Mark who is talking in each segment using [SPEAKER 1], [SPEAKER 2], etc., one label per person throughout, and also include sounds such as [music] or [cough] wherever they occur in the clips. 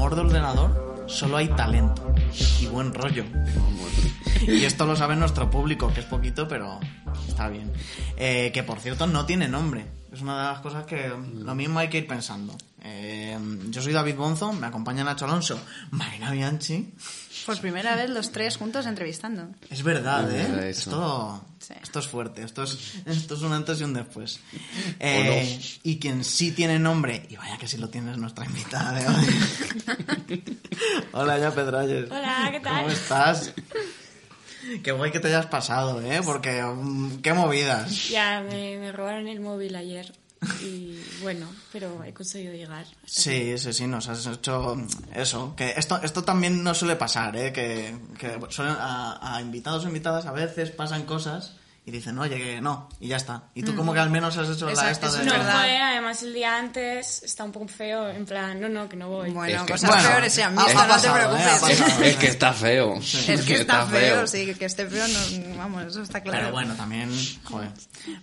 [SPEAKER 1] ordenador solo hay talento y buen rollo. Y esto lo sabe nuestro público, que es poquito, pero está bien. Eh, que por cierto no tiene nombre. Es una de las cosas que lo mismo hay que ir pensando. Eh, yo soy David Bonzo, me acompaña Nacho Alonso, Marina Bianchi.
[SPEAKER 2] Por primera vez los tres juntos entrevistando.
[SPEAKER 1] Es verdad,
[SPEAKER 3] Es verdad
[SPEAKER 1] ¿eh?
[SPEAKER 3] eso.
[SPEAKER 1] Esto,
[SPEAKER 2] Sí.
[SPEAKER 1] esto es fuerte, esto es, esto es un antes y un después. Eh, y quien sí tiene nombre, y vaya que sí lo tienes, nuestra invitada de hoy.
[SPEAKER 4] [laughs]
[SPEAKER 1] Hola, ya Pedralles.
[SPEAKER 4] Hola, ¿qué tal?
[SPEAKER 1] ¿Cómo estás? Qué guay que te hayas pasado, ¿eh? Porque mm, qué movidas.
[SPEAKER 4] Ya, me, me robaron el móvil ayer y bueno, pero he conseguido llegar.
[SPEAKER 1] Sí, sí, sí, nos has hecho eso. Que esto, esto también no suele pasar, ¿eh? Que, que suelen- a, a invitados o invitadas a veces pasan cosas y dicen, oye, que no, y ya está. Y tú como que al menos has hecho la
[SPEAKER 2] Exacto,
[SPEAKER 1] esta de...
[SPEAKER 2] eso
[SPEAKER 4] No,
[SPEAKER 2] es verdad.
[SPEAKER 4] fue, además el día antes está un poco feo, en plan, no, no, que no voy.
[SPEAKER 2] Bueno,
[SPEAKER 3] Es que-
[SPEAKER 2] cosas
[SPEAKER 3] Bueno,
[SPEAKER 2] peores se han
[SPEAKER 1] ha
[SPEAKER 2] visto, no
[SPEAKER 1] pasado, ¿eh?
[SPEAKER 2] te
[SPEAKER 1] Ha
[SPEAKER 2] preocupes.
[SPEAKER 1] pasado.
[SPEAKER 3] Es, es que está feo.
[SPEAKER 2] [laughs] Es que está feo, sí, que esté feo, no, vamos, eso está claro.
[SPEAKER 1] Pero bueno, también, joder.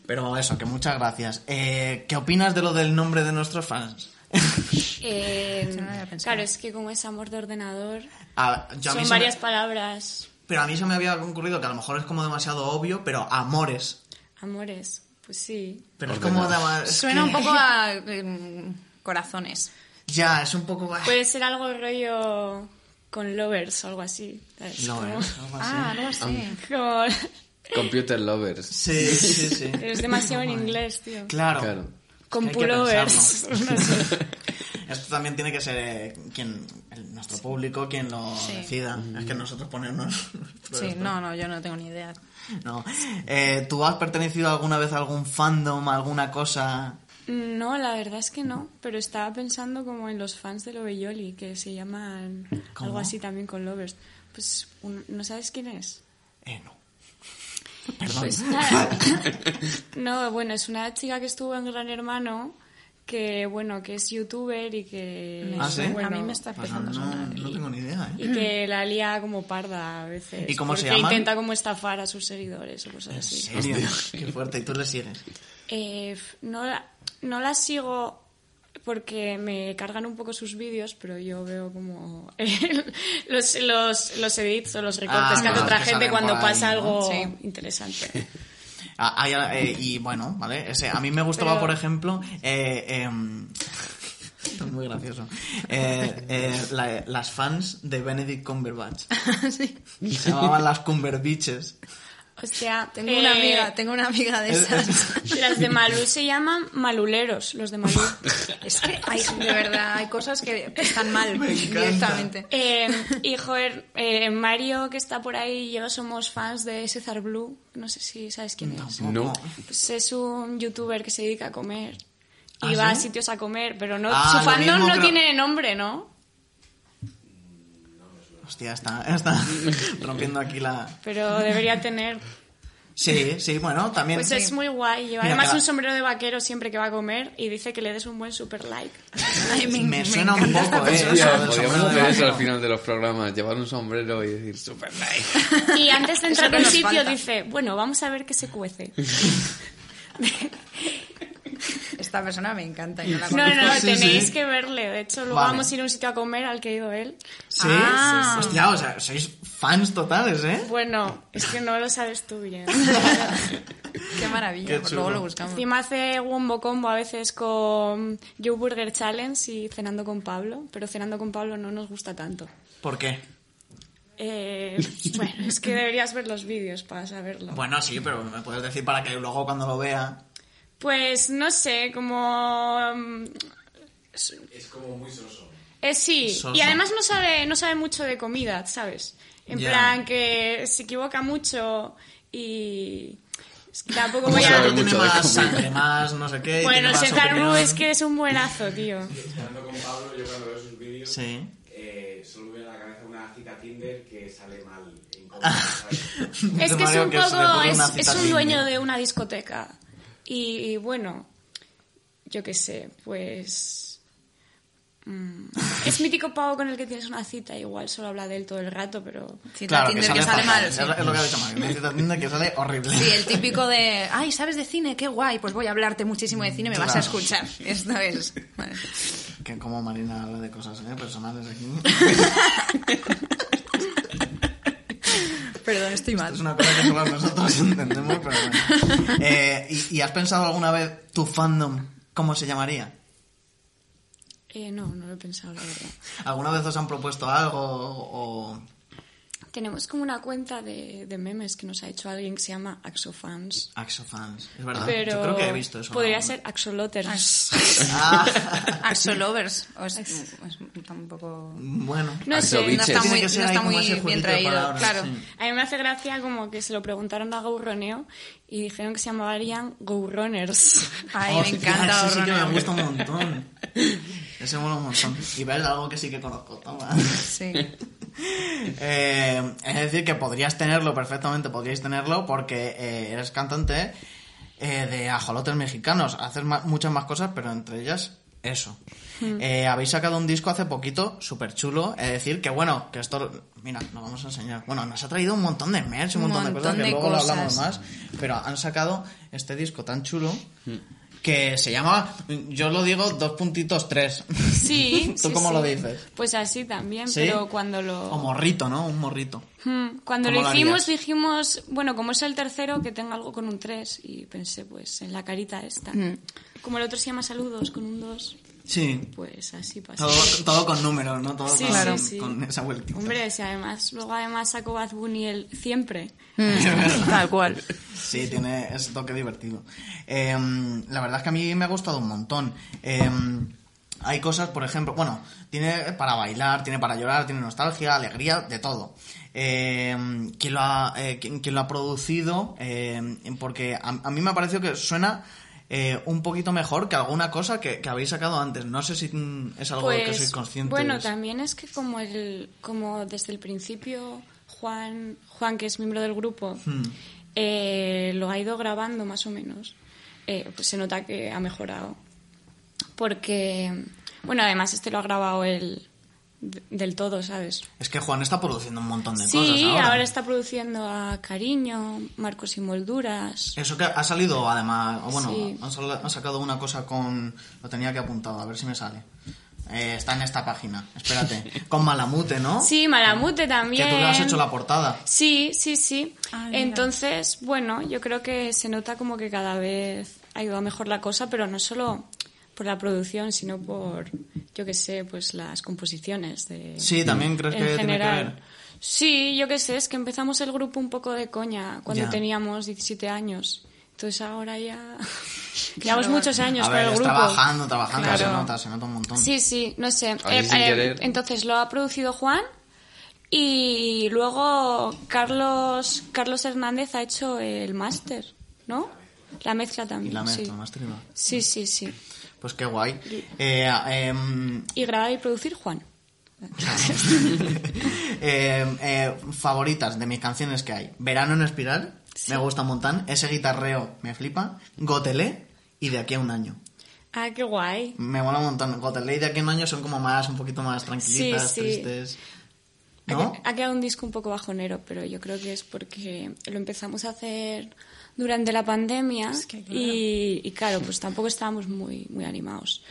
[SPEAKER 1] Pero eso, que muchas gracias. Eh, ¿Qué opinas de lo del nombre de nuestros fans? [laughs]
[SPEAKER 4] Eh,
[SPEAKER 2] no lo había pensado.
[SPEAKER 4] claro, es que como es amor de ordenador,
[SPEAKER 1] A- yo a mí
[SPEAKER 4] son
[SPEAKER 1] se
[SPEAKER 4] varias
[SPEAKER 1] me-
[SPEAKER 4] palabras,
[SPEAKER 1] Pero a mí se me había concurrido que a lo mejor es como demasiado obvio, pero amores.
[SPEAKER 4] amores, pues sí.
[SPEAKER 1] Pero es
[SPEAKER 3] Ordenado.
[SPEAKER 1] como... dema- es
[SPEAKER 2] Suena
[SPEAKER 1] que-
[SPEAKER 2] un poco a em, corazones.
[SPEAKER 1] Ya, es un poco...
[SPEAKER 2] Pues,
[SPEAKER 4] Puede ser algo rollo con lovers o algo así. ¿sabes?
[SPEAKER 1] No, ¿eh? Algo
[SPEAKER 4] Como-
[SPEAKER 1] así.
[SPEAKER 2] Ah, algo así.
[SPEAKER 4] [laughs] como-
[SPEAKER 3] Computer lovers.
[SPEAKER 1] Sí, sí,
[SPEAKER 2] [laughs]
[SPEAKER 1] sí.
[SPEAKER 4] es demasiado en inglés, tío.
[SPEAKER 1] Claro.
[SPEAKER 3] Claro.
[SPEAKER 4] Con
[SPEAKER 1] Es que hay que
[SPEAKER 4] pullovers. [laughs] no sé.
[SPEAKER 1] [laughs] Esto también tiene que ser eh, quien, el- nuestro público quien lo
[SPEAKER 2] Sí.
[SPEAKER 1] decida. Es que nosotros ponernos... [laughs] nuestro-
[SPEAKER 2] Sí, no, no, yo no tengo ni idea. [laughs]
[SPEAKER 1] No. Eh, ¿Tú has pertenecido alguna vez a algún fandom, a alguna cosa?
[SPEAKER 4] No, la verdad es que no, pero estaba pensando como en los fans de Loveyoli, que se llaman
[SPEAKER 1] ¿Cómo?
[SPEAKER 4] algo así también con Lovers. Pues, un- ¿no sabes
[SPEAKER 1] [laughs]
[SPEAKER 4] quién es?
[SPEAKER 1] Eh, no. Perdón.
[SPEAKER 2] Pues, [laughs]
[SPEAKER 4] No, bueno, es una chica que estuvo en Gran Hermano, que bueno, que es youtuber y que...
[SPEAKER 1] ¿Ah, sí?
[SPEAKER 4] bueno,
[SPEAKER 2] A mí me está
[SPEAKER 1] Pues no,
[SPEAKER 2] empezando a sonar.
[SPEAKER 1] no tengo ni idea, ¿eh?
[SPEAKER 4] Y que la lía como parda a veces.
[SPEAKER 1] ¿Y cómo se
[SPEAKER 4] porque
[SPEAKER 1] llaman?
[SPEAKER 4] intenta como estafar a sus seguidores o cosas así.
[SPEAKER 1] ¿En serio? Qué fuerte. ¿Y tú le sigues?
[SPEAKER 4] Eh, f- no, la, no la sigo porque me cargan un poco sus vídeos, pero yo veo como [laughs] el- los, los, los edits o los recortes
[SPEAKER 1] Ah,
[SPEAKER 4] que hace
[SPEAKER 1] claro,
[SPEAKER 4] otra
[SPEAKER 1] que
[SPEAKER 4] gente
[SPEAKER 1] salen
[SPEAKER 4] cuando
[SPEAKER 1] por ahí,
[SPEAKER 4] pasa
[SPEAKER 1] ¿no?
[SPEAKER 4] algo
[SPEAKER 2] Sí.
[SPEAKER 1] [laughs]
[SPEAKER 4] interesante.
[SPEAKER 1] Ah, hay, eh, y bueno, ¿vale? Ese, a mí me gustaba,
[SPEAKER 4] Pero-
[SPEAKER 1] por ejemplo, eh, em, esto es muy gracioso, Eh, eh, la- las fans de Benedict Cumberbatch.
[SPEAKER 2] Sí.
[SPEAKER 1] Se llamaban las Cumberbiches.
[SPEAKER 4] O sea,
[SPEAKER 2] Tengo una
[SPEAKER 4] eh,
[SPEAKER 2] amiga, tengo una amiga
[SPEAKER 1] [laughs]
[SPEAKER 2] de
[SPEAKER 1] es-
[SPEAKER 2] esas.
[SPEAKER 4] [laughs] Las de Malú se llaman maluleros, los
[SPEAKER 1] [laughs]
[SPEAKER 4] de Malú.
[SPEAKER 2] Es que hay, de verdad, hay cosas que están
[SPEAKER 1] [laughs]
[SPEAKER 2] mal
[SPEAKER 1] Me encanta.
[SPEAKER 2] directamente.
[SPEAKER 4] Eh, y joder, eh, Mario que está por ahí y yo somos fans de César Blue. No sé si sabes quién es.
[SPEAKER 3] No.
[SPEAKER 4] Pues es un youtuber que se dedica a comer.
[SPEAKER 1] ¿Ah,
[SPEAKER 4] Y va a
[SPEAKER 1] sí?
[SPEAKER 4] sitios a comer, pero no,
[SPEAKER 1] Ah, lo
[SPEAKER 4] su fandom
[SPEAKER 1] mismo
[SPEAKER 4] no
[SPEAKER 1] creo-
[SPEAKER 4] tiene nombre, ¿no?
[SPEAKER 1] Hostia, está, está [laughs] rompiendo aquí la...
[SPEAKER 4] Pero
[SPEAKER 1] [laughs]
[SPEAKER 4] debería tener.
[SPEAKER 1] Sí, sí, bueno, también...
[SPEAKER 4] Pues es muy guay. Lleva
[SPEAKER 1] Mira,
[SPEAKER 4] además
[SPEAKER 1] cada-
[SPEAKER 4] un sombrero de vaquero siempre que va a comer y dice que le des un buen
[SPEAKER 1] [laughs]
[SPEAKER 4] super like.
[SPEAKER 2] Ay,
[SPEAKER 1] me,
[SPEAKER 2] me
[SPEAKER 1] suena un
[SPEAKER 2] encanta
[SPEAKER 1] poco,
[SPEAKER 2] esta
[SPEAKER 1] eh,
[SPEAKER 2] persona.
[SPEAKER 1] eso del
[SPEAKER 3] Podríamos
[SPEAKER 1] sombrero de
[SPEAKER 3] hacer eso al
[SPEAKER 1] vaquero.
[SPEAKER 3] final de los programas, llevar un sombrero y decir super like.
[SPEAKER 4] Y antes de
[SPEAKER 2] Eso
[SPEAKER 4] entrar
[SPEAKER 2] que
[SPEAKER 4] en un
[SPEAKER 2] nos
[SPEAKER 4] sitio
[SPEAKER 2] falta.
[SPEAKER 4] dice, bueno, vamos a ver qué se
[SPEAKER 1] [laughs]
[SPEAKER 4] cuece.
[SPEAKER 2] Esta persona me encanta. yo la
[SPEAKER 4] No,
[SPEAKER 2] conozco.
[SPEAKER 4] no,
[SPEAKER 1] Sí,
[SPEAKER 4] tenéis
[SPEAKER 1] sí.
[SPEAKER 4] que verle. De hecho, luego
[SPEAKER 1] Vale.
[SPEAKER 4] vamos a ir a un sitio a comer al que ha ido él.
[SPEAKER 1] Sí,
[SPEAKER 2] Ah.
[SPEAKER 1] hostia, o sea, sois fans totales, ¿eh?
[SPEAKER 4] Bueno, es que no lo sabes tú bien.
[SPEAKER 1] [laughs]
[SPEAKER 2] Qué maravilla.
[SPEAKER 1] Qué
[SPEAKER 2] pues
[SPEAKER 1] chulo.
[SPEAKER 2] luego lo buscamos.
[SPEAKER 4] Encima hace Wombo Combo a veces con You Burger Challenge y cenando con Pablo, pero cenando con Pablo no nos gusta tanto.
[SPEAKER 1] ¿Por qué?
[SPEAKER 4] Eh,
[SPEAKER 1] [laughs]
[SPEAKER 4] bueno, es que deberías ver los vídeos para saberlo.
[SPEAKER 1] Bueno, sí, pero me puedes decir para que luego cuando lo vea...
[SPEAKER 4] Pues no sé, como... mm, Es como muy soso. sí,
[SPEAKER 1] Soso.
[SPEAKER 4] y además no sabe, no sabe mucho de comida, ¿sabes? En
[SPEAKER 1] Ya.
[SPEAKER 4] plan que se equivoca mucho y... es que tampoco
[SPEAKER 3] No
[SPEAKER 4] voy
[SPEAKER 3] sabe
[SPEAKER 4] a...
[SPEAKER 3] mucho
[SPEAKER 1] tiene
[SPEAKER 3] de
[SPEAKER 1] más
[SPEAKER 3] comida.
[SPEAKER 1] sangre, más no sé qué. y tiene
[SPEAKER 4] Bueno,
[SPEAKER 1] más
[SPEAKER 4] César Blue
[SPEAKER 1] opinión.
[SPEAKER 4] es que es un buenazo, tío.
[SPEAKER 5] Hablando con Pablo, yo cuando veo sus vídeos,
[SPEAKER 1] Sí.
[SPEAKER 5] eh, solo me viene a la cabeza una cita Tinder que sale mal.
[SPEAKER 1] [laughs]
[SPEAKER 5] incómoda, ¿sabes?
[SPEAKER 2] [laughs]
[SPEAKER 4] Es que es
[SPEAKER 1] Mario
[SPEAKER 4] un
[SPEAKER 1] se le
[SPEAKER 4] poco,
[SPEAKER 1] ocurre
[SPEAKER 4] es,
[SPEAKER 1] una
[SPEAKER 4] es
[SPEAKER 1] cita
[SPEAKER 4] un
[SPEAKER 1] Tinder.
[SPEAKER 4] dueño de una discoteca. Y, y bueno, yo qué sé, pues... mm, es mítico pavo con el que tienes una cita, igual solo habla de él todo el rato, pero...
[SPEAKER 2] Cita
[SPEAKER 1] Claro,
[SPEAKER 2] Tinder que sale,
[SPEAKER 1] fatal.
[SPEAKER 2] mal. sí.
[SPEAKER 1] Es lo- Es lo que ha dicho Mario. Una cita Tinder que sale horrible.
[SPEAKER 2] Sí, el típico de, ay, ¿sabes de cine? Qué guay, pues voy a hablarte muchísimo de cine, me vas a
[SPEAKER 1] Claro.
[SPEAKER 2] escuchar. Esto es. Vale.
[SPEAKER 1] [laughs] que como Marina habla de cosas ¿eh? personales aquí. [laughs]
[SPEAKER 2] Perdón, estoy mal.
[SPEAKER 1] Es una cosa que solo nosotros [laughs] entendemos, pero bueno. Eh, ¿y, y has pensado alguna vez tu fandom cómo se llamaría?
[SPEAKER 4] Eh, no, no lo he pensado, la verdad.
[SPEAKER 1] ¿Alguna vez os han propuesto algo o...?
[SPEAKER 4] Tenemos como una cuenta de, de memes que nos ha hecho alguien que se llama Axofans.
[SPEAKER 1] Axofans, es verdad.
[SPEAKER 4] Pero
[SPEAKER 1] Ah, Yo creo que he visto eso.
[SPEAKER 4] Podría
[SPEAKER 1] ¿no?
[SPEAKER 4] ser Axoloters.
[SPEAKER 1] Ah, [laughs]
[SPEAKER 2] Axolovers. O es, es tampoco...
[SPEAKER 1] bueno.
[SPEAKER 4] No sé,
[SPEAKER 2] No
[SPEAKER 3] Axoviches.
[SPEAKER 2] está
[SPEAKER 1] Tiene
[SPEAKER 2] muy,
[SPEAKER 1] que
[SPEAKER 2] no
[SPEAKER 1] ser ahí
[SPEAKER 2] está
[SPEAKER 1] como
[SPEAKER 2] muy
[SPEAKER 1] ese
[SPEAKER 2] bien
[SPEAKER 1] jueguito de
[SPEAKER 2] traído,
[SPEAKER 1] palabras,
[SPEAKER 2] claro.
[SPEAKER 1] sí.
[SPEAKER 4] A mí me hace gracia como que se lo preguntaron a Gourroneo y dijeron que se llamarían Gourroners.
[SPEAKER 2] Ay,
[SPEAKER 1] Oh,
[SPEAKER 2] me
[SPEAKER 1] sí,
[SPEAKER 2] encanta
[SPEAKER 1] ese sí que me
[SPEAKER 2] Orroneo.
[SPEAKER 1] gusta un
[SPEAKER 2] [laughs]
[SPEAKER 1] montón. Ese mola un montón. Y ver algo que sí que conozco. Toma.
[SPEAKER 2] Sí.
[SPEAKER 1] Eh, es decir, que podrías tenerlo perfectamente, podríais tenerlo porque eh, eres cantante eh, de ajolotes mexicanos. Haces ma- muchas más cosas, pero entre ellas eso.
[SPEAKER 2] Hmm.
[SPEAKER 1] Eh, habéis sacado un disco hace poquito, súper chulo. Es decir, que bueno, que esto. Mira, nos vamos a enseñar. Bueno, nos ha traído un montón de merch, un
[SPEAKER 2] Un
[SPEAKER 1] montón, de
[SPEAKER 2] montón
[SPEAKER 1] cosas que
[SPEAKER 2] de
[SPEAKER 1] luego lo hablamos más.
[SPEAKER 2] cosas.
[SPEAKER 1] Pero han sacado este disco tan chulo que se llama. Yo lo digo, dos puntitos tres.
[SPEAKER 4] Sí.
[SPEAKER 1] [laughs] ¿Tú
[SPEAKER 4] sí,
[SPEAKER 1] cómo
[SPEAKER 4] sí.
[SPEAKER 1] lo dices?
[SPEAKER 4] Pues así también,
[SPEAKER 1] ¿Sí?
[SPEAKER 4] pero cuando
[SPEAKER 2] Oh.
[SPEAKER 1] O
[SPEAKER 4] lo...
[SPEAKER 1] morrito, ¿no? Un morrito.
[SPEAKER 4] Hmm, Cuando
[SPEAKER 1] ¿Cómo
[SPEAKER 4] lo
[SPEAKER 1] lo
[SPEAKER 4] hicimos
[SPEAKER 1] harías?
[SPEAKER 4] dijimos, bueno, como es el tercero, que tenga algo con un 3 y pensé pues en la carita esta.
[SPEAKER 1] Hmm.
[SPEAKER 4] Como el otro se llama saludos con un 2,
[SPEAKER 1] Sí.
[SPEAKER 4] pues así pasa.
[SPEAKER 1] Todo, todo con números, ¿no? Todo
[SPEAKER 4] Sí,
[SPEAKER 1] con,
[SPEAKER 4] claro. sí, sí.
[SPEAKER 1] con esa vueltita.
[SPEAKER 4] Hombre, si además, luego además sacó Bad Bunny el siempre.
[SPEAKER 1] Mm.
[SPEAKER 4] [laughs]
[SPEAKER 2] Tal cual.
[SPEAKER 1] Sí, tiene ese toque divertido. Em, la verdad es que a mí me ha gustado un montón. Em, hay cosas, por ejemplo, bueno, tiene para bailar, tiene para llorar, tiene nostalgia, alegría, de todo. Em, quien, lo ha, eh, quien- quien lo ha producido, em, porque a, a mí me ha parecido que suena eh, un poquito mejor que alguna cosa que, que habéis sacado antes. No sé si mm, es algo que
[SPEAKER 4] Pues,
[SPEAKER 1] sois conscientes.
[SPEAKER 4] Bueno, también es que como el como desde el principio Juan Juan que es miembro del grupo
[SPEAKER 1] Hmm.
[SPEAKER 4] eh, lo ha ido grabando más o menos. eh, pues se nota que ha mejorado porque bueno además este lo ha grabado él de- del todo, ¿sabes?
[SPEAKER 1] Es que Juan está produciendo un montón de cosas.
[SPEAKER 4] Sí, ahora. está produciendo a Cariño, Marcos y Molduras.
[SPEAKER 1] Eso que ha salido además, o bueno,
[SPEAKER 4] Sí.
[SPEAKER 1] han, sal- han sacado una cosa con... Lo tenía que apuntado, a ver si me sale. Eh, está en esta página,
[SPEAKER 4] [laughs]
[SPEAKER 1] espérate. Con Malamute, ¿no?
[SPEAKER 4] Sí, Malamute
[SPEAKER 1] Que
[SPEAKER 4] también.
[SPEAKER 1] tú le has hecho la portada.
[SPEAKER 4] Sí, sí, sí.
[SPEAKER 2] Ah, mira.
[SPEAKER 4] Entonces, bueno, yo creo que se nota como que cada vez ha ido a mejor la cosa, pero no solo por la producción, sino por, yo qué sé, pues las composiciones de...
[SPEAKER 1] Sí, también crees
[SPEAKER 4] en
[SPEAKER 1] que
[SPEAKER 4] general.
[SPEAKER 1] tiene que ver.
[SPEAKER 4] Sí, yo qué sé, es que empezamos el grupo un poco de coña cuando
[SPEAKER 1] Ya.
[SPEAKER 4] teníamos 17 años. Entonces ahora ya... [laughs] Llevamos
[SPEAKER 2] Claro.
[SPEAKER 4] muchos años
[SPEAKER 1] a
[SPEAKER 4] para
[SPEAKER 1] ver,
[SPEAKER 4] el
[SPEAKER 1] es
[SPEAKER 4] grupo.
[SPEAKER 1] trabajando, trabajando,
[SPEAKER 4] Claro.
[SPEAKER 1] se nota, se nota un montón.
[SPEAKER 4] Sí, sí, no sé. Eh,
[SPEAKER 3] A ver, sin querer.
[SPEAKER 4] entonces lo ha producido Juan y luego Carlos Carlos Hernández ha hecho el máster, ¿no? La mezcla
[SPEAKER 1] Y
[SPEAKER 4] también.
[SPEAKER 1] la mezcla,
[SPEAKER 4] sí.
[SPEAKER 1] más triva.
[SPEAKER 4] sí, sí, sí.
[SPEAKER 1] Pues qué guay. Eh, em, [laughs]
[SPEAKER 4] Y grabar y producir Juan.
[SPEAKER 1] Eh, eh, favoritas de mis canciones que hay. Verano en espiral, me gusta un montón. Ese guitarreo me flipa. Gotelé y de aquí a un año.
[SPEAKER 4] Ah, qué guay.
[SPEAKER 1] Me mola un montón. Gotelé y de aquí a un año son como más, un poquito más tranquilitas,
[SPEAKER 4] Sí, Eh, sí.
[SPEAKER 1] tristes.
[SPEAKER 4] Ha
[SPEAKER 1] ¿No?
[SPEAKER 4] que- Ha quedado un disco un poco bajonero, pero yo creo que es porque lo empezamos a hacer durante la pandemia
[SPEAKER 2] que claro.
[SPEAKER 4] y, y claro, pues tampoco estábamos muy, muy animados.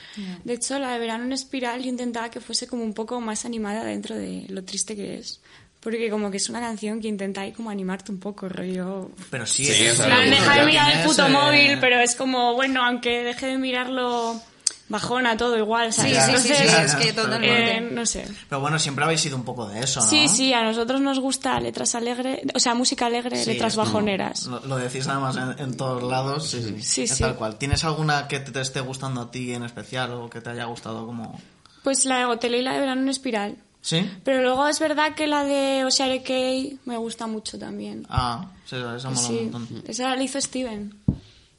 [SPEAKER 4] De hecho, la de verano en espiral yo intentaba que fuese como un poco más animada dentro de lo triste que es. Porque como que es una canción que intenta ahí como animarte un poco, rollo...
[SPEAKER 1] Pero sí,
[SPEAKER 3] Sí,
[SPEAKER 1] es-
[SPEAKER 3] o sea,
[SPEAKER 4] En plan,
[SPEAKER 3] lo que
[SPEAKER 4] deja de
[SPEAKER 3] ya
[SPEAKER 4] mirar el
[SPEAKER 1] tienes,
[SPEAKER 4] puto
[SPEAKER 1] eh,
[SPEAKER 4] móvil, pero es como, bueno, aunque deje de mirarlo bajona, todo igual,
[SPEAKER 2] Sí,
[SPEAKER 4] ¿sabes?
[SPEAKER 2] sí, sí, sí,
[SPEAKER 1] Entonces,
[SPEAKER 2] es que
[SPEAKER 1] eh,
[SPEAKER 2] totalmente.
[SPEAKER 4] eh, no sé.
[SPEAKER 1] Pero bueno, siempre habéis sido un poco de eso, ¿no?
[SPEAKER 4] Sí, sí, a nosotros nos gusta letras alegres, o sea, música alegre,
[SPEAKER 1] Sí,
[SPEAKER 4] letras
[SPEAKER 1] es como-
[SPEAKER 4] bajoneras.
[SPEAKER 1] Lo, lo decís además en, en todos lados. Sí, sí.
[SPEAKER 4] Sí,
[SPEAKER 1] es
[SPEAKER 4] sí.
[SPEAKER 1] tal cual. ¿Tienes alguna que te, te esté gustando a ti en especial o que te haya gustado como...?
[SPEAKER 4] Pues la de Gotelé y la de Verano en Espiral.
[SPEAKER 1] ¿Sí?
[SPEAKER 4] Pero luego es verdad que la de Osiare Key me gusta mucho también.
[SPEAKER 1] Ah, sí, esa mola un
[SPEAKER 4] Sí,
[SPEAKER 1] montón.
[SPEAKER 4] esa la hizo Steven.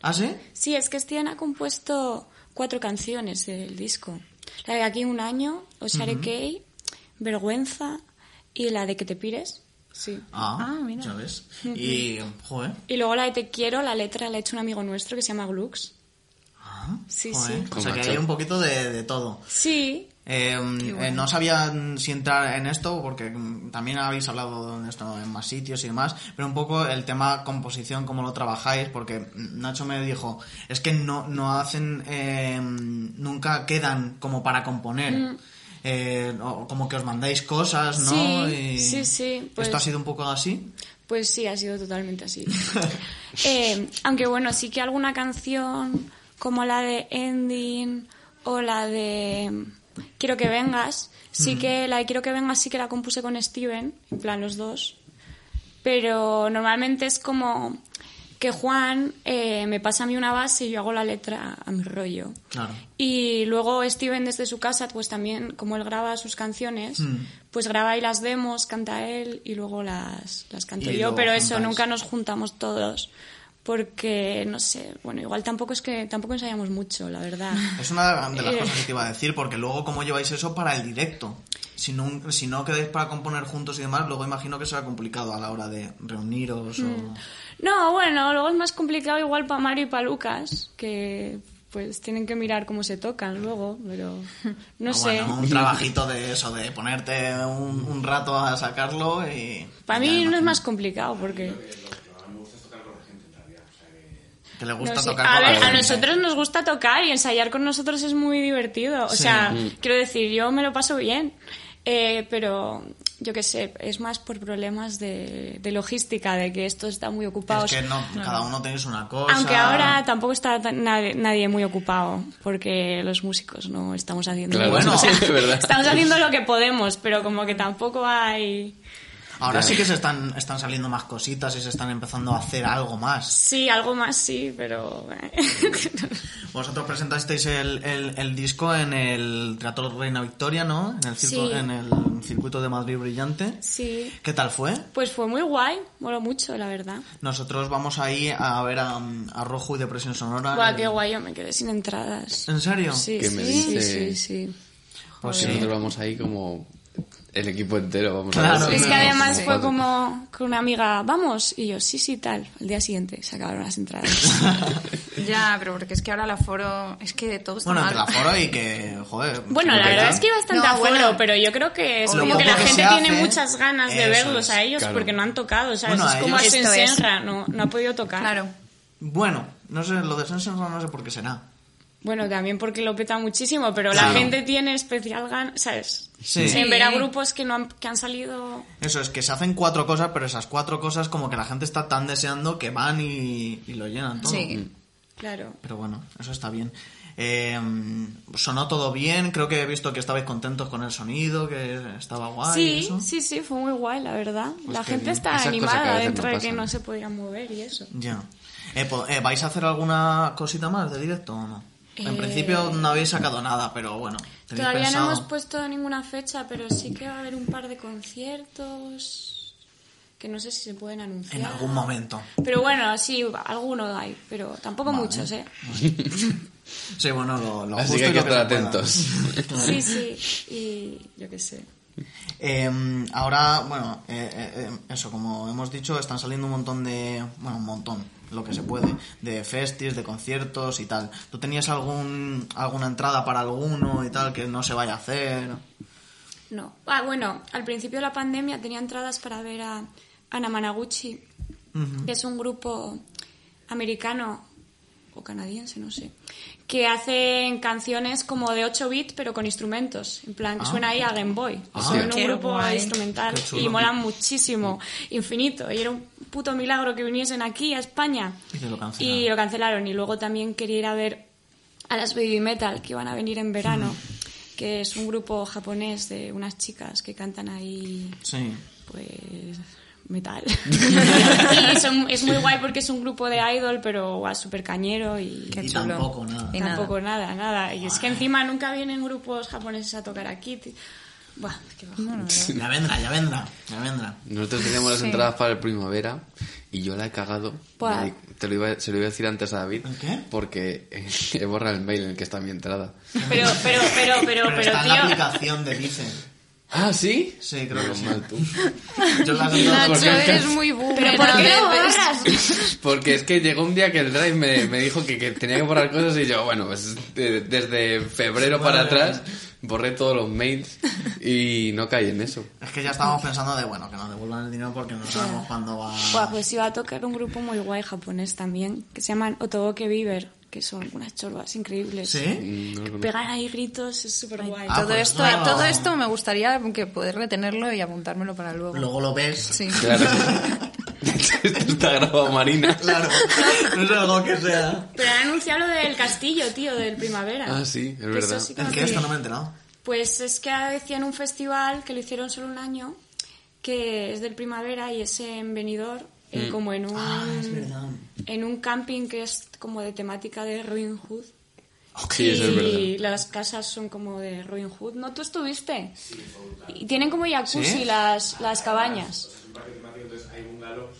[SPEAKER 1] ¿Ah, sí?
[SPEAKER 4] Sí, es que Steven ha compuesto cuatro canciones del disco. La de Aquí un año, Osiare Key, Vergüenza y la de Que te pires. Sí.
[SPEAKER 1] Ah,
[SPEAKER 2] Ah, mira.
[SPEAKER 1] ¿sabes? Y, joder.
[SPEAKER 4] Y luego la de Te quiero, la letra la ha hecho un amigo nuestro que se llama Glux.
[SPEAKER 1] Ah,
[SPEAKER 4] Sí,
[SPEAKER 1] joder.
[SPEAKER 4] sí.
[SPEAKER 1] O sea que hay un poquito de, de todo.
[SPEAKER 4] Sí,
[SPEAKER 1] Eh,
[SPEAKER 2] bueno.
[SPEAKER 1] eh, no sabía mm, si entrar en esto, porque mm, también habéis hablado de esto en más sitios y demás, pero un poco el tema composición, cómo lo trabajáis, porque mm, Nacho me dijo, es que no, no hacen, eh, nunca quedan como para componer.
[SPEAKER 4] Mm.
[SPEAKER 1] Eh, o como que os mandáis cosas, ¿no?
[SPEAKER 4] Sí, sí, sí, pues-
[SPEAKER 1] ¿Esto ha sido un poco así?
[SPEAKER 4] Pues sí, ha sido totalmente así. Eh, aunque bueno, sí que alguna canción como la de Ending o la de Quiero que vengas, sí que la de Quiero que vengas sí que la compuse con Steven, en plan los dos. Pero normalmente es como que Juan eh, me pasa a mí una base y yo hago la letra a mi rollo.
[SPEAKER 1] Claro.
[SPEAKER 4] Y luego Steven desde su casa, pues también, como él graba sus canciones,
[SPEAKER 1] Mm.
[SPEAKER 4] pues graba ahí las demos, canta él y luego las, las canto
[SPEAKER 1] Y
[SPEAKER 4] yo.
[SPEAKER 1] luego
[SPEAKER 4] Pero eso,
[SPEAKER 1] juntáis.
[SPEAKER 4] nunca nos juntamos todos. Porque, no sé, bueno, igual tampoco es que tampoco ensayamos mucho,
[SPEAKER 1] [laughs]
[SPEAKER 4] la verdad.
[SPEAKER 1] Es una de las
[SPEAKER 4] Eh.
[SPEAKER 1] cosas que te iba a decir, porque luego cómo lleváis eso para el directo. Si no, si no quedáis para componer juntos y demás, luego imagino que será complicado a la hora de reuniros
[SPEAKER 4] Mm,
[SPEAKER 1] o...
[SPEAKER 4] No, bueno, luego es más complicado igual para Mario y para Lucas, que pues tienen que mirar cómo se tocan luego, pero no
[SPEAKER 1] Ah,
[SPEAKER 4] sé.
[SPEAKER 1] Bueno, un trabajito de eso, de ponerte un, un rato a sacarlo y...
[SPEAKER 4] Para
[SPEAKER 1] y ya
[SPEAKER 4] mí no es
[SPEAKER 1] imagino
[SPEAKER 4] más complicado porque...
[SPEAKER 1] Que le gusta
[SPEAKER 4] No sé,
[SPEAKER 1] tocar
[SPEAKER 4] a
[SPEAKER 1] con la
[SPEAKER 4] ver, a
[SPEAKER 1] gente.
[SPEAKER 4] nosotros nos gusta tocar y ensayar con nosotros es muy divertido. O
[SPEAKER 1] Sí. Mm.
[SPEAKER 4] sea, quiero decir, yo me lo paso bien. Eh, pero yo qué sé, es más por problemas de, de logística, de que esto está muy ocupado.
[SPEAKER 1] Es que no, cada uno tenéis una cosa...
[SPEAKER 4] Aunque ahora tampoco está tan- nadie, nadie muy ocupado, porque los músicos no estamos haciendo
[SPEAKER 3] Claro,
[SPEAKER 1] Bueno.
[SPEAKER 4] [laughs] o sea,
[SPEAKER 3] sí, de verdad.
[SPEAKER 4] estamos haciendo lo que podemos, pero como que tampoco hay...
[SPEAKER 1] Ahora sí que se están, están saliendo más cositas y se están empezando a hacer algo más.
[SPEAKER 4] Sí, algo más sí, pero... [laughs]
[SPEAKER 1] Mm. Vosotros presentasteis el, el- el disco en el Teatro Reina Victoria, ¿no? En el, circo-
[SPEAKER 4] Sí.
[SPEAKER 1] en el circuito de Madrid Brillante.
[SPEAKER 4] sí.
[SPEAKER 1] ¿Qué tal fue?
[SPEAKER 4] Pues fue muy guay, moló mucho, la verdad.
[SPEAKER 1] Nosotros vamos ahí a ver a, a Rojo y Depresión Sonora.
[SPEAKER 4] Buah,
[SPEAKER 1] El-
[SPEAKER 4] qué guay, yo me quedé sin entradas.
[SPEAKER 1] ¿En serio?
[SPEAKER 4] Sí,
[SPEAKER 3] ¿Qué
[SPEAKER 4] sí,
[SPEAKER 3] me
[SPEAKER 4] sí,
[SPEAKER 3] dices?
[SPEAKER 4] sí, sí.
[SPEAKER 1] Pues
[SPEAKER 3] Que
[SPEAKER 1] sí.
[SPEAKER 3] nosotros vamos ahí como el equipo entero, vamos
[SPEAKER 1] Claro,
[SPEAKER 3] a ver.
[SPEAKER 4] Es que
[SPEAKER 1] Ah, no,
[SPEAKER 4] además
[SPEAKER 3] Como
[SPEAKER 4] fue
[SPEAKER 3] cuatro.
[SPEAKER 4] como con una amiga, vamos, y yo, sí, sí, tal. Al día siguiente se acabaron
[SPEAKER 1] [laughs]
[SPEAKER 4] las entradas.
[SPEAKER 2] Ya, pero porque es que ahora el aforo... Es que todo está
[SPEAKER 1] Bueno,
[SPEAKER 2] mal.
[SPEAKER 1] entre la foro y que, joder.
[SPEAKER 4] Ah. [laughs] Bueno, la
[SPEAKER 3] Porque
[SPEAKER 4] verdad
[SPEAKER 3] ya-
[SPEAKER 4] es que hay bastante
[SPEAKER 2] No,
[SPEAKER 4] aforo,
[SPEAKER 2] bueno.
[SPEAKER 4] pero yo creo que es
[SPEAKER 1] Lo
[SPEAKER 4] como que
[SPEAKER 1] poco
[SPEAKER 4] la
[SPEAKER 1] que
[SPEAKER 4] gente
[SPEAKER 1] se
[SPEAKER 4] tiene
[SPEAKER 1] hace,
[SPEAKER 4] muchas ganas de
[SPEAKER 1] eso
[SPEAKER 4] verlos
[SPEAKER 1] es,
[SPEAKER 4] a ellos
[SPEAKER 3] claro.
[SPEAKER 4] porque no han tocado, ¿sabes?
[SPEAKER 1] Bueno, eh,
[SPEAKER 4] es
[SPEAKER 1] a
[SPEAKER 4] como
[SPEAKER 1] ellos-
[SPEAKER 4] hacen
[SPEAKER 2] Esto es.
[SPEAKER 4] Senra, no, no ha podido tocar.
[SPEAKER 2] Claro.
[SPEAKER 1] Bueno, no sé, lo de Sensenra no sé por qué será.
[SPEAKER 4] Bueno, también porque lo peta muchísimo, pero
[SPEAKER 1] Claro.
[SPEAKER 4] la gente tiene especial ganas, ¿sabes?
[SPEAKER 1] Sí.
[SPEAKER 4] En ver a
[SPEAKER 2] Sí.
[SPEAKER 4] grupos que no han, que han salido...
[SPEAKER 1] Eso es que se hacen cuatro cosas, pero esas cuatro cosas como que la gente está tan deseando que van y, y lo llenan todo. Mm.
[SPEAKER 2] Sí.
[SPEAKER 4] Claro.
[SPEAKER 1] Pero bueno, eso está bien. Eh, sonó todo bien, creo que he visto que estabais contentos con el sonido, que estaba guay. y
[SPEAKER 4] Sí,
[SPEAKER 1] eso.
[SPEAKER 4] sí, sí, fue muy guay, la verdad.
[SPEAKER 3] Pues
[SPEAKER 4] la
[SPEAKER 3] qué
[SPEAKER 4] gente
[SPEAKER 3] bien.
[SPEAKER 4] está
[SPEAKER 3] Esas cosas que a
[SPEAKER 4] animada
[SPEAKER 3] veces
[SPEAKER 4] dentro
[SPEAKER 3] no
[SPEAKER 4] de que
[SPEAKER 3] pasan.
[SPEAKER 4] no se podía mover y eso.
[SPEAKER 1] Ya. Eh, po- eh, ¿Vais a hacer alguna cosita más de directo o no? En
[SPEAKER 4] Eh,
[SPEAKER 1] principio no habéis sacado nada, pero bueno. tenéis
[SPEAKER 4] Todavía
[SPEAKER 1] pensado.
[SPEAKER 4] no hemos puesto ninguna fecha, pero sí que va a haber un par de conciertos que no sé si se pueden anunciar.
[SPEAKER 1] En algún momento.
[SPEAKER 4] Pero bueno, sí, alguno hay, pero tampoco
[SPEAKER 1] Vale.
[SPEAKER 4] muchos, ¿eh?
[SPEAKER 1] Sí, bueno, lo, lo
[SPEAKER 3] Así
[SPEAKER 1] justo
[SPEAKER 3] que hay
[SPEAKER 1] y lo
[SPEAKER 3] que estar
[SPEAKER 1] se pueda.
[SPEAKER 3] atentos.
[SPEAKER 1] [laughs]
[SPEAKER 4] Sí, sí, y yo qué sé.
[SPEAKER 1] Eh, ahora, bueno, eh, eh, eh, eso, como hemos dicho, están saliendo un montón de. Bueno, un montón, lo que se puede, de festis, de conciertos y tal. ¿Tú tenías algún, alguna entrada para alguno y tal que no se vaya a hacer?
[SPEAKER 4] No. Ah, bueno, al principio de la pandemia tenía entradas para ver a Ana Managuchi, que es un grupo americano o canadiense, no sé, que hacen canciones como de 8 bits pero con instrumentos, en plan que suena ahí a Game Boy. Son un
[SPEAKER 2] Qué
[SPEAKER 4] grupo
[SPEAKER 2] guay.
[SPEAKER 4] instrumental
[SPEAKER 1] Ah, Qué chulo.
[SPEAKER 4] y molan muchísimo, infinito. Y era un puto milagro que viniesen aquí a España
[SPEAKER 1] Y te lo cancelaron.
[SPEAKER 4] y lo cancelaron. Y luego también quería ir a ver a las Baby Metal, que van a venir en verano, que es un grupo japonés de unas chicas que cantan ahí,
[SPEAKER 1] Sí.
[SPEAKER 4] pues, metal. [laughs] y son- es muy guay porque es un grupo de idol, pero guau, súper cañero y...
[SPEAKER 2] Qué
[SPEAKER 1] y
[SPEAKER 2] chulo.
[SPEAKER 1] tampoco nada.
[SPEAKER 2] Y
[SPEAKER 4] Tampoco nada, nada. Y es que encima nunca vienen grupos japoneses a tocar aquí. ti- Buah, qué bajo.
[SPEAKER 1] Ya vendrá, ya vendrá, ya vendrá.
[SPEAKER 3] Nosotros teníamos las
[SPEAKER 2] Sí.
[SPEAKER 3] entradas para el primavera y yo la he cagado.
[SPEAKER 4] Buah.
[SPEAKER 3] Me di- Te lo iba, se lo iba a decir antes a David.
[SPEAKER 1] ¿El qué?
[SPEAKER 3] Porque [laughs] he borrado el mail en el que está mi entrada.
[SPEAKER 4] Pero, pero, pero, pero,
[SPEAKER 1] Pero,
[SPEAKER 4] pero,
[SPEAKER 1] está en la
[SPEAKER 4] tío.
[SPEAKER 1] aplicación de Dice.
[SPEAKER 3] ¿Ah, sí?
[SPEAKER 1] Sí, creo que
[SPEAKER 3] Menos
[SPEAKER 1] sí.
[SPEAKER 3] mal, tú.
[SPEAKER 1] Yo las entradas-
[SPEAKER 2] Nacho,
[SPEAKER 3] Porque-
[SPEAKER 2] eres muy burro.
[SPEAKER 4] ¿Pero por qué lo borras?
[SPEAKER 3] Porque es que llegó un día que el Drive me, me dijo que, que tenía que borrar cosas y yo, bueno, pues de- desde febrero para
[SPEAKER 1] Madre
[SPEAKER 3] atrás borré todos los mails y no caí en eso.
[SPEAKER 1] Es que ya estábamos pensando de, bueno, que nos devuelvan el dinero porque no sabemos cuándo va...
[SPEAKER 4] Buah, pues iba a tocar un grupo muy guay japonés también, que se llaman Otoboke Beaver, que son unas chorbas increíbles.
[SPEAKER 1] ¿Sí?
[SPEAKER 3] No lo
[SPEAKER 4] Que
[SPEAKER 3] conozco.
[SPEAKER 4] pegan ahí gritos, es súper guay.
[SPEAKER 1] Ah,
[SPEAKER 2] todo,
[SPEAKER 1] pues
[SPEAKER 2] esto,
[SPEAKER 1] no.
[SPEAKER 2] todo esto me gustaría que poder retenerlo y apuntármelo para luego.
[SPEAKER 1] Luego lo ves.
[SPEAKER 2] [laughs] Sí.
[SPEAKER 1] [laughs]
[SPEAKER 3] Claro. [laughs] Esto está grabado Marina.
[SPEAKER 4] [laughs]
[SPEAKER 1] Claro. No es algo que sea...
[SPEAKER 4] Pero han anunciado lo del castillo, tío, del primavera.
[SPEAKER 3] Ah, sí, es
[SPEAKER 4] Que eso
[SPEAKER 3] verdad.
[SPEAKER 4] sí que
[SPEAKER 1] ¿El
[SPEAKER 4] lo
[SPEAKER 1] qué? Esto no me he enterado.
[SPEAKER 4] Pues es que decían un festival que lo hicieron solo un año, que es del primavera y es en Benidorm, eh,
[SPEAKER 3] Mm.
[SPEAKER 4] como en un,
[SPEAKER 1] Ah, es verdad.
[SPEAKER 4] en un camping que es como de temática de Robin Hood.
[SPEAKER 3] Sí, eso es
[SPEAKER 4] y
[SPEAKER 3] verdad.
[SPEAKER 4] las casas son como de Robin Hood. ¿No tú estuviste? Y tienen como jacuzzi
[SPEAKER 1] ¿Sí?
[SPEAKER 4] las, las
[SPEAKER 5] O
[SPEAKER 4] cabañas.
[SPEAKER 5] sea, es un parque temático, entonces hay bungalows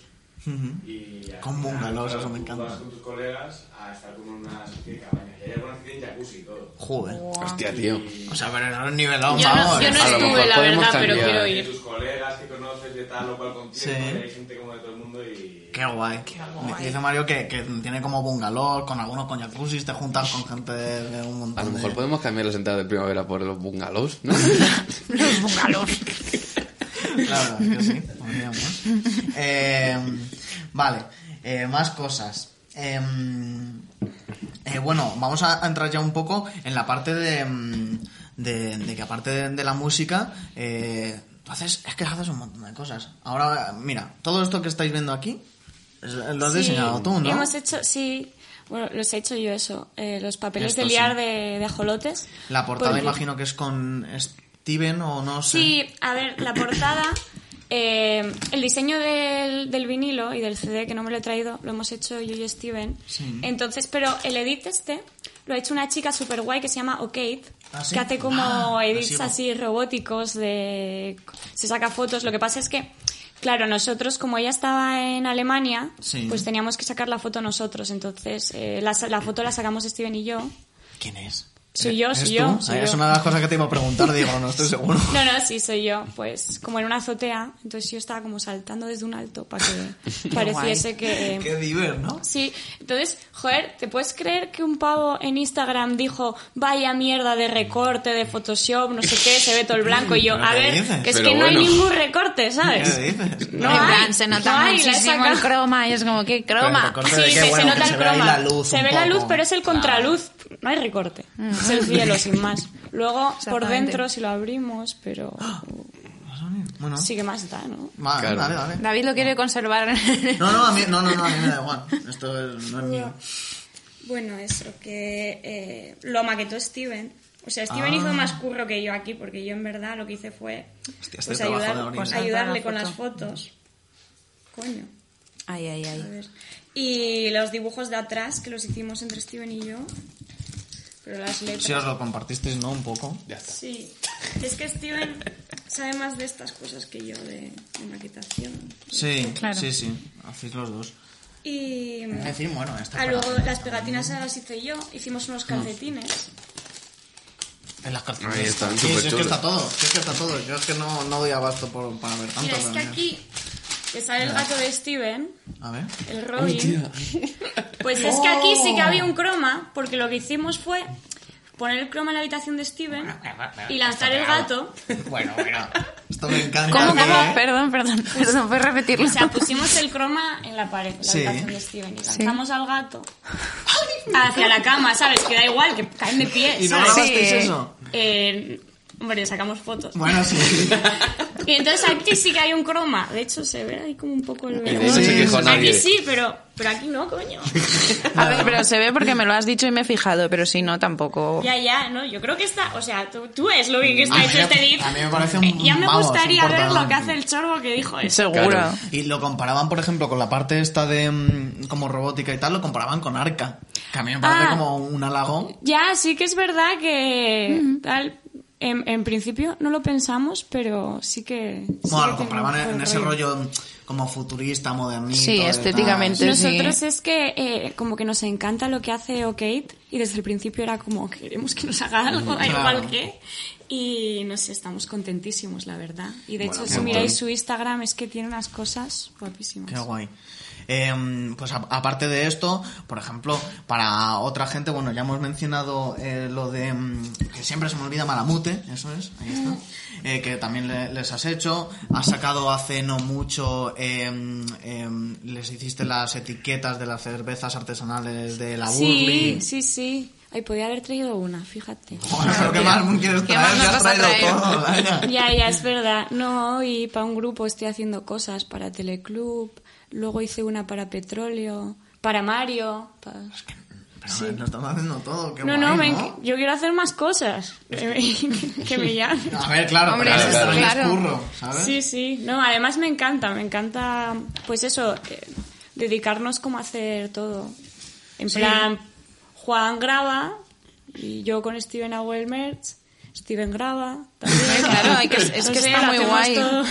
[SPEAKER 1] Ujú.
[SPEAKER 5] y... al
[SPEAKER 1] Con
[SPEAKER 5] final,
[SPEAKER 1] bungalows,
[SPEAKER 5] claro,
[SPEAKER 1] eso me
[SPEAKER 5] tú
[SPEAKER 1] encanta.
[SPEAKER 5] vas con tus colegas a estar con una especie de cabaña. Y hay algunas que tienen jacuzzi y todo.
[SPEAKER 1] Joder.
[SPEAKER 3] Hostia, tío.
[SPEAKER 1] O sea, pero no es nivelado,
[SPEAKER 2] Yo no,
[SPEAKER 1] vamos.
[SPEAKER 2] yo no
[SPEAKER 3] A lo
[SPEAKER 2] estuve,
[SPEAKER 3] mejor
[SPEAKER 2] la
[SPEAKER 3] podemos
[SPEAKER 2] verdad, pero
[SPEAKER 3] cambiar.
[SPEAKER 2] quiero
[SPEAKER 5] Y
[SPEAKER 2] ir.
[SPEAKER 5] tus colegas que conoces de tal o cual concierto,
[SPEAKER 1] Sí.
[SPEAKER 5] y hay gente como de todo el mundo y...
[SPEAKER 1] Qué guay. Dice Mario que, que tiene como bungalow, con algunos con jacuzzi, te juntas con gente de un montón
[SPEAKER 3] A lo mejor
[SPEAKER 1] de...
[SPEAKER 3] podemos cambiar las entradas de primavera por los bungalows,
[SPEAKER 2] [laughs]
[SPEAKER 3] ¿no?
[SPEAKER 2] Los bungalows.
[SPEAKER 1] Claro, es que sí, podríamos. Eh, vale, eh, más cosas. Eh, eh, bueno, vamos a a entrar ya un poco en la parte de, mm, de, de que aparte de, de la música, eh, tú haces, es que haces un montón de cosas. Ahora, mira, todo esto que estáis viendo aquí, es- lo has
[SPEAKER 4] Sí,
[SPEAKER 1] diseñado tú, ¿no?
[SPEAKER 4] Hemos hecho, sí, bueno, los he hecho yo eso, eh, los papeles
[SPEAKER 1] Esto
[SPEAKER 4] de liar
[SPEAKER 1] sí.
[SPEAKER 4] de, de ajolotes.
[SPEAKER 1] La portada
[SPEAKER 4] Porque-
[SPEAKER 1] imagino que es con Steven o no sé.
[SPEAKER 4] Sí, a ver, la portada, eh, el diseño del, del vinilo y del CD, que no me lo he traído, lo hemos hecho yo y Steven.
[SPEAKER 1] Sí.
[SPEAKER 4] Entonces, pero el edit este lo ha hecho una chica súper guay que se llama O'Kate,
[SPEAKER 1] ¿Ah, sí?
[SPEAKER 4] que hace como
[SPEAKER 1] Ah,
[SPEAKER 4] edits
[SPEAKER 1] masivo.
[SPEAKER 4] así robóticos, de se saca fotos. Lo que pasa es que, claro, nosotros, como ella estaba en Alemania,
[SPEAKER 1] Sí.
[SPEAKER 4] pues teníamos que sacar la foto nosotros. Entonces, eh, la, sa- la foto la sacamos Steven y yo.
[SPEAKER 1] ¿Quién es? Eh,
[SPEAKER 4] Soy yo,
[SPEAKER 1] ¿Eres
[SPEAKER 4] soy
[SPEAKER 1] tú?
[SPEAKER 4] yo, soy
[SPEAKER 1] es
[SPEAKER 4] yo.
[SPEAKER 1] una de las cosas que te iba a preguntar, digo, no estoy
[SPEAKER 4] [laughs]
[SPEAKER 1] seguro.
[SPEAKER 4] No, no, sí, soy yo. Pues como en una azotea, entonces yo estaba como saltando desde un alto para
[SPEAKER 3] [laughs]
[SPEAKER 4] que pareciese que... eh,
[SPEAKER 1] Qué diver, ¿no?
[SPEAKER 4] Sí, entonces, joder, ¿te puedes creer que un pavo en Instagram dijo, vaya mierda de recorte, de Photoshop, no sé qué, se ve todo el blanco? Y yo,
[SPEAKER 1] ¿Pero
[SPEAKER 4] a
[SPEAKER 1] qué
[SPEAKER 4] ver,
[SPEAKER 1] dices?
[SPEAKER 4] que es
[SPEAKER 3] Pero
[SPEAKER 4] que no hay
[SPEAKER 3] bueno.
[SPEAKER 4] ningún recorte,
[SPEAKER 1] ¿Qué
[SPEAKER 4] ¿sabes?
[SPEAKER 1] [laughs] dices?
[SPEAKER 4] No
[SPEAKER 2] en
[SPEAKER 4] hay,
[SPEAKER 2] plan, se nota
[SPEAKER 4] no hay, la he
[SPEAKER 2] muchísimo
[SPEAKER 4] sacado.
[SPEAKER 2] el croma y es como, qué
[SPEAKER 1] Pero el
[SPEAKER 2] croma.
[SPEAKER 1] recorte
[SPEAKER 4] Sí,
[SPEAKER 1] de que,
[SPEAKER 4] se, se
[SPEAKER 1] bueno, que
[SPEAKER 4] nota el
[SPEAKER 1] se ve ahí
[SPEAKER 4] croma.
[SPEAKER 1] la luz
[SPEAKER 4] Se
[SPEAKER 1] un
[SPEAKER 4] ve la
[SPEAKER 1] poco.
[SPEAKER 4] luz, pero es el contraluz. No hay recorte. Es el cielo, sin más. Luego, por
[SPEAKER 2] Exactamente.
[SPEAKER 4] dentro, si lo abrimos,
[SPEAKER 1] [gasps]
[SPEAKER 4] pero...
[SPEAKER 1] Bueno,
[SPEAKER 4] Sí que más da, ¿no?
[SPEAKER 1] vale,
[SPEAKER 3] Claro.
[SPEAKER 1] vale, vale.
[SPEAKER 2] David lo quiere conservar.
[SPEAKER 1] No, no, a mí, no, no, no, a mí me da igual. Esto es- no es mío.
[SPEAKER 4] Bueno, eso, que eh, lo maquetó Steven. O sea, Steven
[SPEAKER 1] Ah.
[SPEAKER 4] hizo más curro que yo aquí, porque yo en verdad lo que hice fue
[SPEAKER 1] Hostia, este
[SPEAKER 4] pues,
[SPEAKER 1] trabajo de
[SPEAKER 4] ayudar-
[SPEAKER 1] Aurina.
[SPEAKER 4] pues, ayudarle con las fotos. Coño.
[SPEAKER 2] Ay, ay,
[SPEAKER 4] a
[SPEAKER 2] ay.
[SPEAKER 4] ver. Y los dibujos de atrás, que los hicimos entre Steven y yo. Pero las letras...
[SPEAKER 1] Si os lo compartisteis, ¿no? Un poco.
[SPEAKER 3] Ya está.
[SPEAKER 4] Sí. Es que Steven sabe más de estas cosas que yo, de, de maquetación.
[SPEAKER 1] Sí,
[SPEAKER 2] Claro.
[SPEAKER 1] sí, sí. Hacéis los dos.
[SPEAKER 4] Y...
[SPEAKER 1] Es decir, bueno, esto
[SPEAKER 4] Ah,
[SPEAKER 1] es
[SPEAKER 4] luego
[SPEAKER 1] para-
[SPEAKER 4] las pegatinas las hice yo, hicimos unos calcetines.
[SPEAKER 1] En las calzones.
[SPEAKER 3] Ahí están,
[SPEAKER 1] sí, sí, es que
[SPEAKER 3] superchulos.
[SPEAKER 1] está todo. sí, es que está todo. Yo es que no, no doy abasto por, para ver tanto.
[SPEAKER 4] Mira, es
[SPEAKER 1] pero
[SPEAKER 4] que
[SPEAKER 1] mira.
[SPEAKER 4] aquí que sale el gato de Steven,
[SPEAKER 1] A ver.
[SPEAKER 4] el
[SPEAKER 3] Hostia.
[SPEAKER 4] Robin. Pues es que aquí sí
[SPEAKER 3] Oh.
[SPEAKER 4] que había un croma, porque lo que hicimos fue poner el croma en la habitación de Steven y lanzar el gato.
[SPEAKER 1] Bueno, bueno. Esto me encanta.
[SPEAKER 2] ¿Cómo,
[SPEAKER 1] tío,
[SPEAKER 2] cómo?
[SPEAKER 1] ¿eh?
[SPEAKER 2] Perdón, perdón, perdón, puedes repetirlo.
[SPEAKER 4] O sea, pusimos el croma en la pared, en la
[SPEAKER 1] Sí.
[SPEAKER 4] habitación de Steven, y lanzamos al gato hacia la cama, ¿sabes? Que da igual, que caen de pie,
[SPEAKER 1] ¿Y no
[SPEAKER 4] ¿sabes?
[SPEAKER 1] grabasteis
[SPEAKER 2] Sí.
[SPEAKER 1] eso?
[SPEAKER 4] Eh, hombre, sacamos fotos.
[SPEAKER 1] Bueno, sí.
[SPEAKER 4] Y entonces aquí sí que hay un croma. De hecho, se ve ahí como un poco el
[SPEAKER 3] Y
[SPEAKER 4] verde.
[SPEAKER 3] de ahí no
[SPEAKER 1] Sí,
[SPEAKER 3] se quejó nadie.
[SPEAKER 4] Aquí sí, pero, pero aquí no, coño.
[SPEAKER 2] A ver, pero se ve porque me lo has dicho y me he fijado, pero si no, tampoco.
[SPEAKER 4] Ya, ya, no, yo creo que está, o sea, tú, tú ves lo bien que
[SPEAKER 1] A
[SPEAKER 4] está
[SPEAKER 1] mí
[SPEAKER 4] hecho
[SPEAKER 1] me-
[SPEAKER 4] este edit.
[SPEAKER 1] a mí me parece un-
[SPEAKER 4] Eh, Ya me
[SPEAKER 1] vamos,
[SPEAKER 4] gustaría
[SPEAKER 1] un
[SPEAKER 4] ver lo
[SPEAKER 1] portadón.
[SPEAKER 4] que hace el chorbo que dijo eso.
[SPEAKER 2] Seguro.
[SPEAKER 3] Claro.
[SPEAKER 1] Y lo comparaban, por ejemplo, con la parte esta de mm, como robótica y tal, lo comparaban con Arca. Que a mí me parece
[SPEAKER 4] Ah.
[SPEAKER 1] como un halago.
[SPEAKER 4] Ya, sí que es verdad que tal, en, en principio no lo pensamos, pero sí que... sí
[SPEAKER 1] Bueno,
[SPEAKER 4] que
[SPEAKER 1] lo
[SPEAKER 4] tiene
[SPEAKER 1] comparaban
[SPEAKER 4] un
[SPEAKER 1] en,
[SPEAKER 4] buen
[SPEAKER 1] en ese rollo mm, como futurista, modernista.
[SPEAKER 2] Sí, estéticamente. Entonces, sí.
[SPEAKER 4] Nosotros es que eh, como que nos encanta lo que hace O'Kate y desde el principio era como queremos que nos haga algo, da
[SPEAKER 1] Claro.
[SPEAKER 4] igual que. Y no sé, estamos contentísimos, la verdad. Y de
[SPEAKER 3] Bueno,
[SPEAKER 4] hecho,
[SPEAKER 3] un
[SPEAKER 4] si
[SPEAKER 3] montón.
[SPEAKER 4] miráis su Instagram, es que tiene unas cosas guapísimas.
[SPEAKER 1] Ah, Qué guay. Eh, pues a- aparte de esto, por ejemplo, para otra gente, bueno, ya hemos mencionado eh, lo de mm, que siempre se me olvida Malamute, eso es, ahí está, eh, que también le- les has hecho. Has sacado hace no mucho, eh, eh, les hiciste las etiquetas de las cervezas artesanales de la
[SPEAKER 4] Sí,
[SPEAKER 1] Burley.
[SPEAKER 4] sí, sí. Ay, podía haber traído una, fíjate.
[SPEAKER 1] Joder,
[SPEAKER 2] [laughs]
[SPEAKER 1] lo que más quieres
[SPEAKER 2] ¿Qué más
[SPEAKER 1] traer,
[SPEAKER 2] nos
[SPEAKER 1] ya has
[SPEAKER 2] vas a
[SPEAKER 1] traído
[SPEAKER 2] traer?
[SPEAKER 1] todo, vaya.
[SPEAKER 4] Ya, ya, es verdad. No, y para un grupo estoy haciendo cosas para Teleclub, luego hice una para Petróleo, para Mario. pa-
[SPEAKER 1] Pero nos estamos haciendo todo, qué
[SPEAKER 4] No,
[SPEAKER 1] guay,
[SPEAKER 4] no, me-
[SPEAKER 1] ¿no?
[SPEAKER 4] yo quiero hacer más cosas. Que me, [laughs] que me llamen.
[SPEAKER 1] A ver, claro,
[SPEAKER 2] Hombre,
[SPEAKER 1] pero
[SPEAKER 3] eso
[SPEAKER 1] esto
[SPEAKER 2] está
[SPEAKER 1] es
[SPEAKER 2] claro.
[SPEAKER 1] curro, ¿sabes?
[SPEAKER 4] Sí, sí. No, además me encanta, me encanta, pues eso, eh, dedicarnos como a hacer todo. En plan, Juan graba y yo con Steven Awell Merch, Steven graba también.
[SPEAKER 2] Claro, hay que, es
[SPEAKER 4] No
[SPEAKER 2] que
[SPEAKER 4] sé,
[SPEAKER 2] está
[SPEAKER 4] Pues lo
[SPEAKER 2] muy
[SPEAKER 4] hacemos
[SPEAKER 2] guay.
[SPEAKER 4] todo.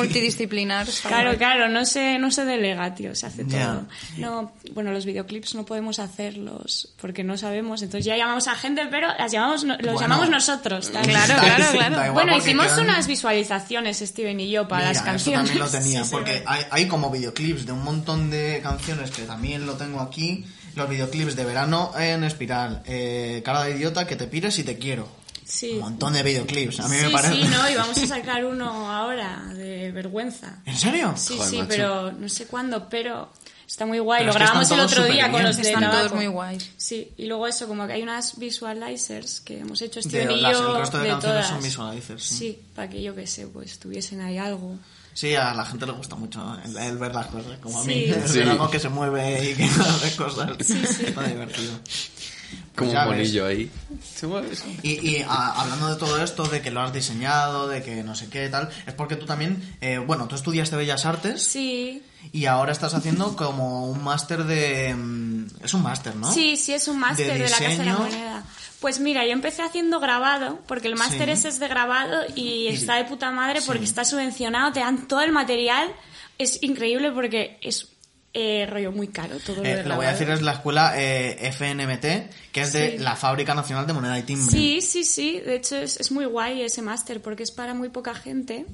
[SPEAKER 2] Multidisciplinar. está
[SPEAKER 4] Claro,
[SPEAKER 2] guay.
[SPEAKER 4] claro, no se, no se delega, tío, se hace
[SPEAKER 1] Ya.
[SPEAKER 4] todo. No, bueno, los videoclips no podemos hacerlos porque no sabemos, entonces ya llamamos a gente, pero las llamamos, no- los
[SPEAKER 1] Bueno.
[SPEAKER 4] llamamos nosotros. también.
[SPEAKER 2] Claro,
[SPEAKER 1] Da-
[SPEAKER 2] claro,
[SPEAKER 1] da
[SPEAKER 2] claro.
[SPEAKER 1] igual
[SPEAKER 4] Bueno,
[SPEAKER 1] porque
[SPEAKER 4] hicimos
[SPEAKER 1] quedan-
[SPEAKER 4] unas visualizaciones, Steven y yo, para
[SPEAKER 1] Mira,
[SPEAKER 4] las
[SPEAKER 1] eso
[SPEAKER 4] canciones.
[SPEAKER 1] también lo tenía,
[SPEAKER 4] Sí, sí.
[SPEAKER 1] porque hay, hay como videoclips de un montón de canciones que también lo tengo aquí. Los videoclips de verano en espiral. eh, cara de idiota, que te pires y te quiero.
[SPEAKER 4] Sí.
[SPEAKER 1] Un montón de videoclips, a mí
[SPEAKER 4] sí,
[SPEAKER 1] me parece.
[SPEAKER 4] sí,
[SPEAKER 1] [laughs]
[SPEAKER 4] no, y vamos a sacar uno ahora de vergüenza.
[SPEAKER 1] ¿En serio?
[SPEAKER 4] Sí,
[SPEAKER 3] Joder,
[SPEAKER 4] sí,
[SPEAKER 3] macho.
[SPEAKER 4] pero no sé cuándo, pero está muy guay.
[SPEAKER 1] Pero es
[SPEAKER 4] lo
[SPEAKER 1] que están
[SPEAKER 4] grabamos el
[SPEAKER 1] todos
[SPEAKER 4] otro día
[SPEAKER 1] superbién.
[SPEAKER 4] con los de
[SPEAKER 2] Están todos
[SPEAKER 4] tabaco.
[SPEAKER 2] muy guays.
[SPEAKER 4] Sí, y luego eso, como que hay unas visualizers que hemos hecho
[SPEAKER 1] De
[SPEAKER 4] Steven y
[SPEAKER 1] las-
[SPEAKER 4] yo
[SPEAKER 1] el resto de canciones
[SPEAKER 4] todas.
[SPEAKER 1] son visualizers, sí.
[SPEAKER 4] Sí, para que yo que sé, pues tuviesen ahí algo.
[SPEAKER 1] Sí, a la gente le gusta mucho el, el ver las cosas, como a mí.
[SPEAKER 4] Sí.
[SPEAKER 1] Es
[SPEAKER 3] Sí.
[SPEAKER 1] algo que se mueve y que [laughs] hace cosas. Está divertido.
[SPEAKER 3] Como
[SPEAKER 1] Ya
[SPEAKER 3] un
[SPEAKER 1] ves.
[SPEAKER 3] bolillo ahí. Se mueve, se mueve.
[SPEAKER 1] Y, y, a- hablando de todo esto, de que lo has diseñado, de que no sé qué tal, es porque tú también, eh, bueno, tú estudiaste Bellas Artes.
[SPEAKER 4] Sí,
[SPEAKER 1] Y ahora estás haciendo como un máster de... mm, Es un máster, ¿no?
[SPEAKER 4] Sí, sí, es un máster
[SPEAKER 1] De
[SPEAKER 4] de, la Casa de la
[SPEAKER 1] diseño.
[SPEAKER 4] Moneda. Pues mira, yo empecé haciendo grabado, porque el máster
[SPEAKER 1] Sí.
[SPEAKER 4] ese es de grabado y está de puta madre porque
[SPEAKER 1] Sí.
[SPEAKER 4] está subvencionado, te dan todo el material. Es increíble porque es eh, rollo muy caro todo lo de
[SPEAKER 1] Eh, lo
[SPEAKER 4] grabado.
[SPEAKER 1] voy a decir, es la escuela eh, FNMT, que es de
[SPEAKER 4] Sí.
[SPEAKER 1] la Fábrica Nacional de Moneda y Timbre.
[SPEAKER 4] Sí, sí, sí. De hecho, es, es muy guay ese máster porque es para muy poca gente,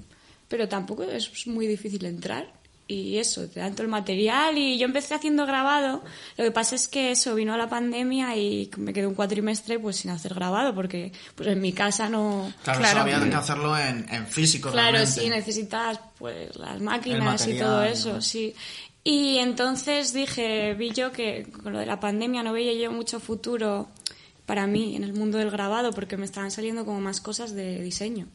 [SPEAKER 4] pero tampoco es muy difícil entrar. Y eso, te dan todo el material. Y yo empecé haciendo grabado. Lo que pasa es que eso vino la pandemia y me quedé un cuatrimestre pues sin hacer grabado porque pues en mi casa no.
[SPEAKER 1] Claro, eso
[SPEAKER 2] Claro.
[SPEAKER 1] había que hacerlo en, en físico
[SPEAKER 4] Claro,
[SPEAKER 1] realmente.
[SPEAKER 4] sí, necesitas pues las
[SPEAKER 1] El
[SPEAKER 4] máquinas
[SPEAKER 1] material,
[SPEAKER 4] y todo
[SPEAKER 1] ¿no?
[SPEAKER 4] eso, sí. Y entonces dije, vi yo que con lo de la pandemia no veía yo mucho futuro para mí en el mundo del grabado porque me estaban saliendo como más cosas de diseño.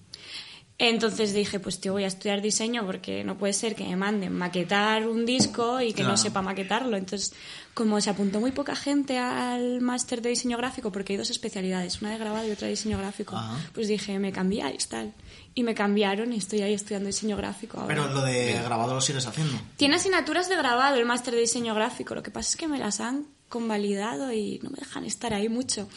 [SPEAKER 4] Entonces dije, pues tío, voy a estudiar diseño porque no puede ser que me manden maquetar un disco y que
[SPEAKER 1] Claro.
[SPEAKER 4] no sepa maquetarlo. Entonces, como se apuntó muy poca gente al máster de diseño gráfico, porque hay dos especialidades, una de grabado y otra de diseño gráfico,
[SPEAKER 1] Ajá.
[SPEAKER 4] pues dije, me cambiáis, tal. Y me cambiaron y estoy ahí estudiando diseño gráfico ahora.
[SPEAKER 1] Pero lo de grabado lo sigues haciendo.
[SPEAKER 4] Tiene asignaturas de grabado el máster de diseño gráfico, lo que pasa es que me las han convalidado y no me dejan estar ahí mucho.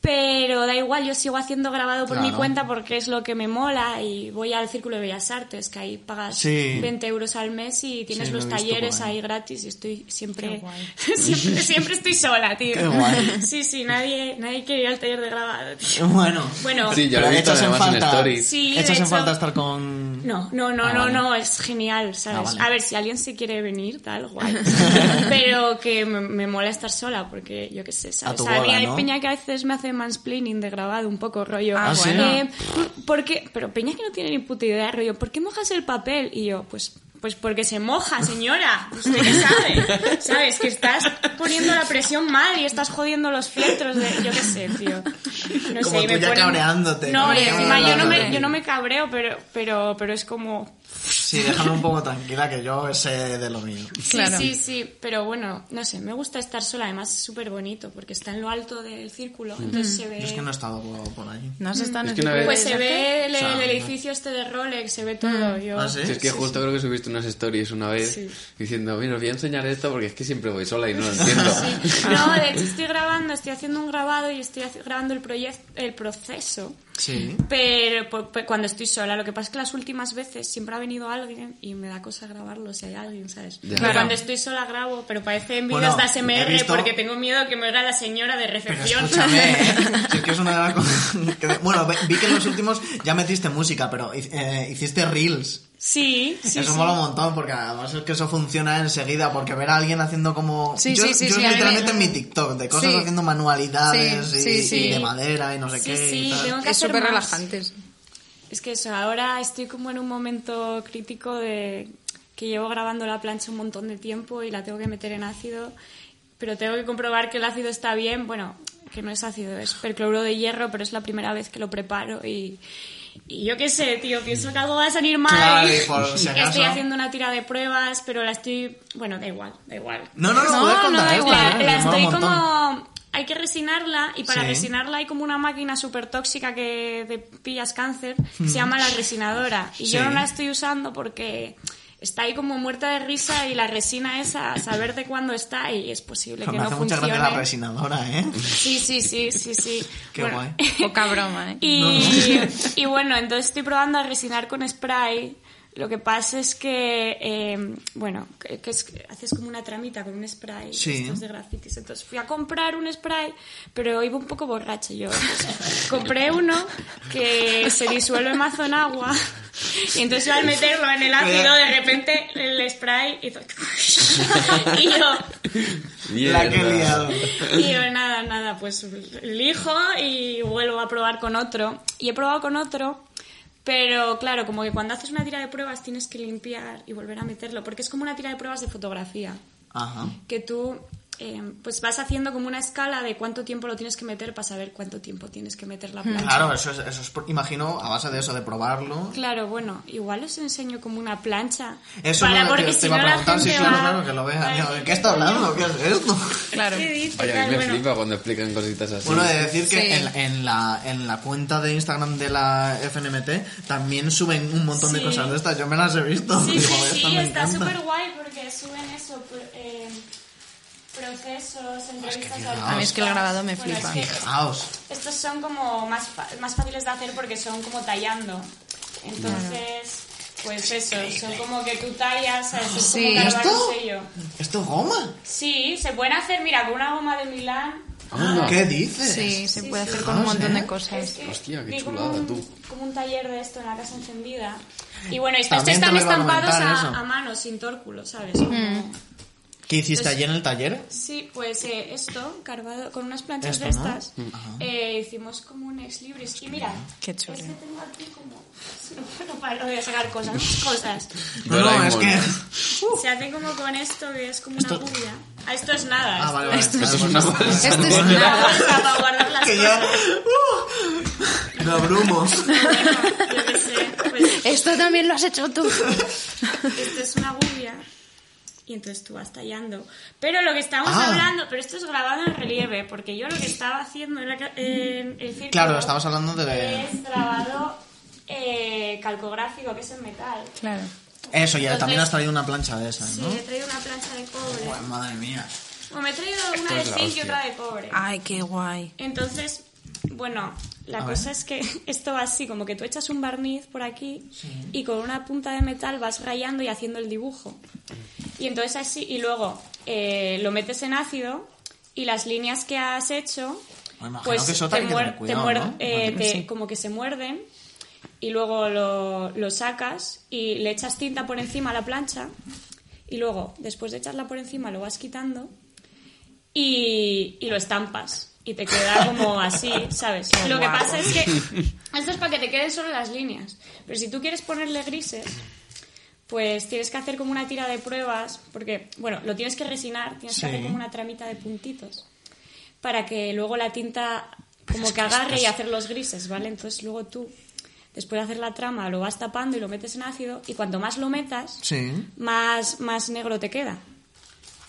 [SPEAKER 4] Pero da igual, yo sigo haciendo grabado por mi
[SPEAKER 1] Claro.
[SPEAKER 4] cuenta porque es lo que me mola y voy al Círculo de Bellas Artes, que ahí pagas
[SPEAKER 1] Sí.
[SPEAKER 4] 20 euros al mes y tienes
[SPEAKER 1] Sí, lo
[SPEAKER 4] los
[SPEAKER 1] he visto
[SPEAKER 4] talleres
[SPEAKER 1] por ahí.
[SPEAKER 4] ahí gratis y estoy siempre,
[SPEAKER 2] Qué guay.
[SPEAKER 4] [laughs] siempre, siempre estoy sola, tío.
[SPEAKER 1] Qué guay.
[SPEAKER 4] Sí, sí, nadie, nadie quiere ir al taller de grabado, tío.
[SPEAKER 1] Bueno.
[SPEAKER 4] Bueno,
[SPEAKER 3] Sí, ya lo
[SPEAKER 1] Pero
[SPEAKER 3] he visto
[SPEAKER 1] echas en
[SPEAKER 3] además en
[SPEAKER 1] falta-
[SPEAKER 3] stories.
[SPEAKER 4] Sí, de
[SPEAKER 1] ¿Echas en
[SPEAKER 4] hecho-
[SPEAKER 1] falta estar con...?
[SPEAKER 4] No, no, no,
[SPEAKER 1] Ah,
[SPEAKER 4] no,
[SPEAKER 1] vale.
[SPEAKER 4] no, es genial, ¿sabes?
[SPEAKER 1] Ah, vale.
[SPEAKER 4] A ver, si alguien se quiere venir, tal, guay. [laughs] Pero que me, me mola estar sola, porque yo qué sé, ¿sabes?
[SPEAKER 1] tu
[SPEAKER 4] A mí
[SPEAKER 1] bola,
[SPEAKER 4] hay
[SPEAKER 1] ¿no?
[SPEAKER 4] peña que a veces me hace mansplaining de grabado, un poco rollo.
[SPEAKER 2] Ah,
[SPEAKER 1] ¿Ah, sí?
[SPEAKER 2] bueno.
[SPEAKER 4] Eh, ¿por qué? Pero peña que no tiene ni puta idea, rollo, ¿por qué mojas el papel? Y yo, pues... Pues porque se moja, señora. Usted qué sabe. Sabes que estás poniendo la presión mal y estás jodiendo los fieltros de... Yo qué sé, tío. No
[SPEAKER 1] Como
[SPEAKER 4] sé, y
[SPEAKER 1] tú
[SPEAKER 4] me
[SPEAKER 1] ya
[SPEAKER 4] ponen-
[SPEAKER 1] cabreándote,
[SPEAKER 4] No,
[SPEAKER 1] como
[SPEAKER 4] hombre,
[SPEAKER 1] ya
[SPEAKER 4] encima yo no, me,
[SPEAKER 1] cabreándote.
[SPEAKER 4] yo no me cabreo, pero, pero, pero es como...
[SPEAKER 1] Sí, déjame un poco tranquila que yo sé de lo mío.
[SPEAKER 4] Sí,
[SPEAKER 2] Claro.
[SPEAKER 4] sí, sí, pero bueno, no sé, me gusta estar sola, además es súper bonito porque está en lo alto del círculo, entonces se ve...
[SPEAKER 1] Yo es que no he estado por, por ahí.
[SPEAKER 2] No se están
[SPEAKER 3] Es que una vez-
[SPEAKER 4] Pues se ve el,
[SPEAKER 1] O sea,
[SPEAKER 4] el edificio este de Rolex, se ve todo. Yo...
[SPEAKER 1] ¿Ah, sí?
[SPEAKER 3] Si es que justo creo que subiste unas stories una vez
[SPEAKER 4] Sí.
[SPEAKER 3] diciendo, mira, os voy a enseñar esto porque es que siempre voy sola y no lo entiendo.
[SPEAKER 1] [laughs]
[SPEAKER 4] Sí. No, de hecho estoy grabando, estoy haciendo un grabado y estoy haci- grabando el, proyec- el proceso
[SPEAKER 1] Sí.
[SPEAKER 4] Pero por- por- cuando estoy sola, lo que pasa es que las últimas veces siempre ha venido alguien y me da cosa grabarlo si hay alguien, ¿sabes?
[SPEAKER 3] Ya.
[SPEAKER 2] Claro.
[SPEAKER 4] Cuando estoy sola grabo, pero parece en
[SPEAKER 1] Bueno,
[SPEAKER 4] vídeos de
[SPEAKER 1] he
[SPEAKER 4] ASMR
[SPEAKER 1] visto-
[SPEAKER 4] porque tengo miedo que me oiga la señora de
[SPEAKER 1] Pero
[SPEAKER 2] [laughs]
[SPEAKER 4] recepción.
[SPEAKER 1] escúchame, si es que es una de las cosas que- Bueno, ve- vi que en los últimos ya metiste música, pero eh, hiciste reels.
[SPEAKER 4] sí, sí.
[SPEAKER 1] eso
[SPEAKER 4] sí.
[SPEAKER 1] mola un montón, porque además es que eso funciona enseguida, porque ver a alguien haciendo como...
[SPEAKER 2] Sí,
[SPEAKER 1] yo
[SPEAKER 2] sí, sí,
[SPEAKER 1] yo es
[SPEAKER 2] sí, a mí me-
[SPEAKER 1] literalmente en mi TikTok, de cosas
[SPEAKER 2] Sí.
[SPEAKER 1] haciendo manualidades
[SPEAKER 2] Sí,
[SPEAKER 1] y,
[SPEAKER 2] sí, sí.
[SPEAKER 1] y de madera y no sé
[SPEAKER 4] Sí,
[SPEAKER 1] qué.
[SPEAKER 4] sí,
[SPEAKER 1] y tal.
[SPEAKER 4] tengo que
[SPEAKER 2] Es
[SPEAKER 4] hacer
[SPEAKER 2] súper
[SPEAKER 4] más.
[SPEAKER 2] relajante. eso.
[SPEAKER 4] Es que eso, ahora estoy como en un momento crítico de que llevo grabando la plancha un montón de tiempo y la tengo que meter en ácido, pero tengo que comprobar que el ácido está bien, bueno, que no es ácido, es percloruro de hierro, pero es la primera vez que lo preparo y, y yo qué sé, tío, pienso que algo va a salir mal.
[SPEAKER 1] Claro, y por
[SPEAKER 4] [laughs]
[SPEAKER 1] si
[SPEAKER 4] Estoy
[SPEAKER 1] acaso.
[SPEAKER 4] haciendo una tira de pruebas, pero la estoy, bueno, da igual, da igual.
[SPEAKER 1] No, no, no,
[SPEAKER 2] No,
[SPEAKER 1] puedes
[SPEAKER 2] no,
[SPEAKER 1] contar
[SPEAKER 2] da
[SPEAKER 1] esto,
[SPEAKER 2] igual,
[SPEAKER 1] ¿eh?
[SPEAKER 4] La, la
[SPEAKER 1] Que mola un
[SPEAKER 4] estoy
[SPEAKER 1] montón.
[SPEAKER 4] como. Hay que resinarla y para
[SPEAKER 1] Sí.
[SPEAKER 4] resinarla hay como una máquina súper tóxica que te pillas cáncer, que se llama la resinadora. Y yo
[SPEAKER 1] Mm. Sí.
[SPEAKER 4] no la estoy usando porque está ahí como muerta de risa y la resina esa, a saber de cuándo está y
[SPEAKER 1] [laughs]
[SPEAKER 4] es posible que
[SPEAKER 1] Me
[SPEAKER 4] no
[SPEAKER 1] hace mucha
[SPEAKER 4] funcione.
[SPEAKER 1] gracia la resinadora, ¿eh?
[SPEAKER 4] Sí, sí, sí, sí, sí.
[SPEAKER 1] [laughs] Qué guay.
[SPEAKER 4] [laughs]
[SPEAKER 2] Poca broma, ¿eh?
[SPEAKER 4] Y, [laughs] y bueno, entonces estoy probando a resinar con spray. Lo que pasa es que, eh, bueno, que, que es- que haces como una tramita con un spray
[SPEAKER 1] Sí.
[SPEAKER 4] estos de grafitis. Entonces fui a comprar un spray, pero iba un poco borracho yo. [laughs] Entonces, compré uno que se disuelve mazo en agua. Y entonces yo al meterlo en el ácido, de repente el spray hizo... [laughs] Y yo,
[SPEAKER 1] La que he liado.
[SPEAKER 4] y yo, nada, nada, pues elijo y vuelvo a probar con otro. Y he probado con otro, pero claro, como que cuando haces una tira de pruebas tienes que limpiar y volver a meterlo, porque es como una tira de pruebas de fotografía,
[SPEAKER 1] Ajá.
[SPEAKER 4] que tú eh, pues vas haciendo como una escala de cuánto tiempo lo tienes que meter para saber cuánto tiempo tienes que meter la plancha.
[SPEAKER 1] Claro, eso es, eso es, por- imagino, a base de eso, de probarlo.
[SPEAKER 4] Claro, bueno, igual os enseño como una plancha.
[SPEAKER 1] Eso
[SPEAKER 4] para,
[SPEAKER 1] no
[SPEAKER 4] porque
[SPEAKER 1] te
[SPEAKER 4] si
[SPEAKER 1] iba
[SPEAKER 4] no
[SPEAKER 1] a
[SPEAKER 4] la
[SPEAKER 1] preguntar, sí,
[SPEAKER 4] gente
[SPEAKER 1] claro,
[SPEAKER 4] va-
[SPEAKER 1] claro, que lo
[SPEAKER 4] va
[SPEAKER 1] vea.
[SPEAKER 4] a
[SPEAKER 1] Yo,
[SPEAKER 4] decir,
[SPEAKER 1] ¿De qué está hablando? ¿Qué es esto?
[SPEAKER 2] Claro.
[SPEAKER 4] ¿qué dices?
[SPEAKER 3] Oye, a
[SPEAKER 4] Tal,
[SPEAKER 3] mí me
[SPEAKER 4] bueno.
[SPEAKER 3] flipa cuando explican cositas así.
[SPEAKER 1] Bueno, eh, he de decir que
[SPEAKER 2] Sí.
[SPEAKER 1] en, en la, en la cuenta de Instagram de la FNMT también suben un montón de
[SPEAKER 4] Sí.
[SPEAKER 1] cosas de estas. Yo me las he visto.
[SPEAKER 4] Sí,
[SPEAKER 1] Digo,
[SPEAKER 4] sí,
[SPEAKER 1] esta
[SPEAKER 4] sí,
[SPEAKER 1] me
[SPEAKER 4] está
[SPEAKER 1] encanta.
[SPEAKER 4] súper guay porque suben eso, pr- eh, procesos, entrevistas
[SPEAKER 1] fijaos.
[SPEAKER 4] a
[SPEAKER 1] A mí
[SPEAKER 2] es que el grabado me
[SPEAKER 4] Bueno,
[SPEAKER 2] flipa.
[SPEAKER 4] es que
[SPEAKER 1] Fijaos.
[SPEAKER 4] estos son como más, fa- más fáciles de hacer porque son como tallando. Entonces, pues eso, son como que tú tallas, ¿sabes? Es
[SPEAKER 2] Sí.
[SPEAKER 4] como
[SPEAKER 1] ¿Esto?
[SPEAKER 4] cargar un sello.
[SPEAKER 1] ¿Esto es goma?
[SPEAKER 4] Sí, se pueden hacer, mira, con una goma de Milán.
[SPEAKER 3] Anda.
[SPEAKER 1] ¿Qué dices?
[SPEAKER 2] Sí, Ah, se puede
[SPEAKER 4] sí.
[SPEAKER 2] hacer con un
[SPEAKER 1] Vamos,
[SPEAKER 2] montón
[SPEAKER 1] ¿eh?
[SPEAKER 2] de cosas.
[SPEAKER 4] que
[SPEAKER 3] Hostia, qué
[SPEAKER 4] vi
[SPEAKER 3] chulada,
[SPEAKER 4] como un,
[SPEAKER 3] tú.
[SPEAKER 4] Como un taller de esto en la casa encendida. Y bueno, estos
[SPEAKER 1] También te
[SPEAKER 4] están
[SPEAKER 1] lo iba a
[SPEAKER 4] estampados
[SPEAKER 1] comentar,
[SPEAKER 4] a,
[SPEAKER 1] eso.
[SPEAKER 4] a mano, sin tórculo, ¿sabes?
[SPEAKER 2] Mm.
[SPEAKER 4] Como-
[SPEAKER 1] ¿Qué hiciste
[SPEAKER 4] Pues-
[SPEAKER 1] allí en el taller?
[SPEAKER 4] Sí, pues eh, esto, cargado con unas planchas
[SPEAKER 1] Esto,
[SPEAKER 4] de
[SPEAKER 1] ¿no? Mm,
[SPEAKER 4] estas,
[SPEAKER 1] Ajá. Pues
[SPEAKER 4] eh, hicimos como un ex libris. Y mira,
[SPEAKER 2] Qué
[SPEAKER 4] es que
[SPEAKER 2] chulo.
[SPEAKER 4] tengo aquí como. [laughs] No paro de sacar
[SPEAKER 1] [laughs]
[SPEAKER 4] cosas, cosas.
[SPEAKER 1] No, no, es
[SPEAKER 3] Doraemon.
[SPEAKER 1] que...
[SPEAKER 4] Se hace como con esto que es como
[SPEAKER 1] Esto-
[SPEAKER 4] una bulla. Ah, esto es nada.
[SPEAKER 1] Ah, vale, vale.
[SPEAKER 2] Esto
[SPEAKER 1] Vale,
[SPEAKER 2] es
[SPEAKER 1] pues
[SPEAKER 3] una-
[SPEAKER 1] no.
[SPEAKER 3] esto
[SPEAKER 2] es
[SPEAKER 1] Bueno,
[SPEAKER 2] una-
[SPEAKER 1] [laughs]
[SPEAKER 4] Una bolsa para guardar las
[SPEAKER 1] Que ya...
[SPEAKER 4] cosas.
[SPEAKER 1] [laughs] ¡Uh! me abrumo.
[SPEAKER 4] Bueno, yo qué sé, pues
[SPEAKER 2] Esto también lo has hecho tú.
[SPEAKER 4] esto es una bulla. Y entonces tú vas tallando. Pero lo que estamos
[SPEAKER 1] Ah.
[SPEAKER 4] hablando, pero esto es grabado en relieve, porque yo lo que estaba haciendo era ca- en el círculo.
[SPEAKER 1] Claro, estamos hablando
[SPEAKER 4] que
[SPEAKER 1] de...
[SPEAKER 4] es grabado eh, calcográfico, que es en metal.
[SPEAKER 2] [laughs] Claro.
[SPEAKER 1] Eso, ya también
[SPEAKER 4] Entonces-
[SPEAKER 1] has traído una plancha de esas,
[SPEAKER 4] Sí,
[SPEAKER 1] ¿no?
[SPEAKER 4] he traído una plancha de
[SPEAKER 1] Buah,
[SPEAKER 4] cobre.
[SPEAKER 1] madre mía.
[SPEAKER 4] O me he traído una de
[SPEAKER 3] es la
[SPEAKER 4] zinc y
[SPEAKER 3] hostia.
[SPEAKER 4] otra de cobre.
[SPEAKER 2] Ay, qué guay.
[SPEAKER 4] Entonces, bueno, la
[SPEAKER 1] A
[SPEAKER 4] cosa es que [laughs] esto va así, como que tú echas un barniz por aquí y con una punta de metal vas rayando y haciendo el dibujo. Y entonces así, y luego eh, lo metes en ácido y las líneas que has hecho,
[SPEAKER 1] Me imagino
[SPEAKER 4] pues
[SPEAKER 1] que eso
[SPEAKER 4] te
[SPEAKER 1] tiene que tener
[SPEAKER 4] muer- te
[SPEAKER 1] cuidado,
[SPEAKER 4] muer-
[SPEAKER 1] ¿no?
[SPEAKER 4] eh,
[SPEAKER 1] Imagino
[SPEAKER 4] te-
[SPEAKER 2] sí.
[SPEAKER 4] como que se muerden y luego lo, lo sacas y le echas tinta por encima a la plancha y luego, después de echarla por encima, lo vas quitando y, y lo estampas. Y te queda como así, ¿sabes? Lo que pasa es que esto es para que te queden solo las líneas. Pero si tú quieres ponerle grises, pues tienes que hacer como una tira de pruebas, porque, bueno, lo tienes que resinar, tienes
[SPEAKER 1] Sí.
[SPEAKER 4] que hacer como una tramita de puntitos, para que luego la tinta como que agarre y hacer los grises, ¿vale? Entonces luego tú, después de hacer la trama, lo vas tapando y lo metes en ácido, y cuanto más lo metas,
[SPEAKER 1] Sí.
[SPEAKER 4] más, más negro te queda.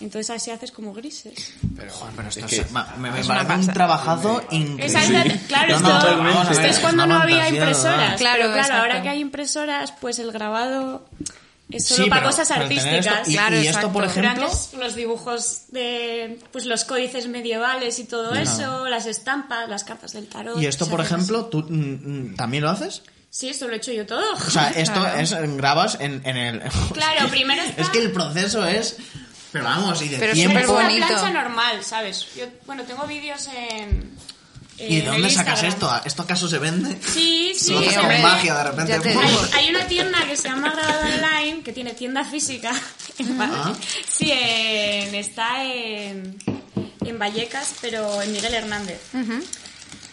[SPEAKER 4] Entonces así haces como grises.
[SPEAKER 3] Pero,
[SPEAKER 1] Joder, pero esto
[SPEAKER 3] es
[SPEAKER 1] es,
[SPEAKER 3] que-
[SPEAKER 1] ma- me, me
[SPEAKER 2] es una
[SPEAKER 1] parece un
[SPEAKER 2] pasada.
[SPEAKER 1] trabajazo increíble.
[SPEAKER 4] Esa es la- claro,
[SPEAKER 1] No,
[SPEAKER 4] esto,
[SPEAKER 1] no, vamos a ver,
[SPEAKER 4] esto es cuando
[SPEAKER 1] una
[SPEAKER 4] no había
[SPEAKER 1] fantasía, de verdad.
[SPEAKER 2] Claro,
[SPEAKER 4] impresoras. Pero claro,
[SPEAKER 2] exacto.
[SPEAKER 4] ahora que hay impresoras, pues el grabado Es solo
[SPEAKER 1] Sí,
[SPEAKER 4] para
[SPEAKER 1] pero-
[SPEAKER 4] cosas
[SPEAKER 1] pero tener
[SPEAKER 4] artísticas.
[SPEAKER 1] esto- y-
[SPEAKER 2] Claro,
[SPEAKER 1] y esto, por
[SPEAKER 2] exacto.
[SPEAKER 1] ejemplo,
[SPEAKER 4] Antes los dibujos de pues los códices medievales y todo
[SPEAKER 1] No.
[SPEAKER 4] eso, las estampas, las cartas del tarot.
[SPEAKER 1] y esto,
[SPEAKER 4] se
[SPEAKER 1] por
[SPEAKER 4] hacen
[SPEAKER 1] ejemplo, ¿tú mm, mm, también lo haces?
[SPEAKER 4] así. Sí, eso lo he hecho yo todo.
[SPEAKER 1] O
[SPEAKER 4] [laughs]
[SPEAKER 1] sea, esto
[SPEAKER 2] Claro.
[SPEAKER 1] es eh, grabas en, en el. [laughs]
[SPEAKER 4] Claro, primero está-
[SPEAKER 1] Es que el proceso es. Pero vamos, y de
[SPEAKER 2] Pero
[SPEAKER 1] tiempo.
[SPEAKER 4] es una
[SPEAKER 2] bonito.
[SPEAKER 4] plancha normal, ¿sabes? Yo, bueno, tengo vídeos en.
[SPEAKER 1] ¿Y
[SPEAKER 4] Eh, en
[SPEAKER 1] de dónde
[SPEAKER 4] el
[SPEAKER 1] sacas
[SPEAKER 4] Instagram.
[SPEAKER 1] esto? ¿Esto acaso se vende?
[SPEAKER 4] Sí, sí.
[SPEAKER 1] Lo
[SPEAKER 4] o
[SPEAKER 1] haces
[SPEAKER 4] sea,
[SPEAKER 1] como
[SPEAKER 2] hombre,
[SPEAKER 1] magia de repente.
[SPEAKER 2] ya te
[SPEAKER 1] ¡pum!
[SPEAKER 2] digo.
[SPEAKER 4] Hay, hay una tienda que se llama Grabado Online que tiene tienda física. [laughs] en Madrid.
[SPEAKER 1] Ah.
[SPEAKER 4] Sí, en- está en, en Vallecas, pero en Miguel Hernández.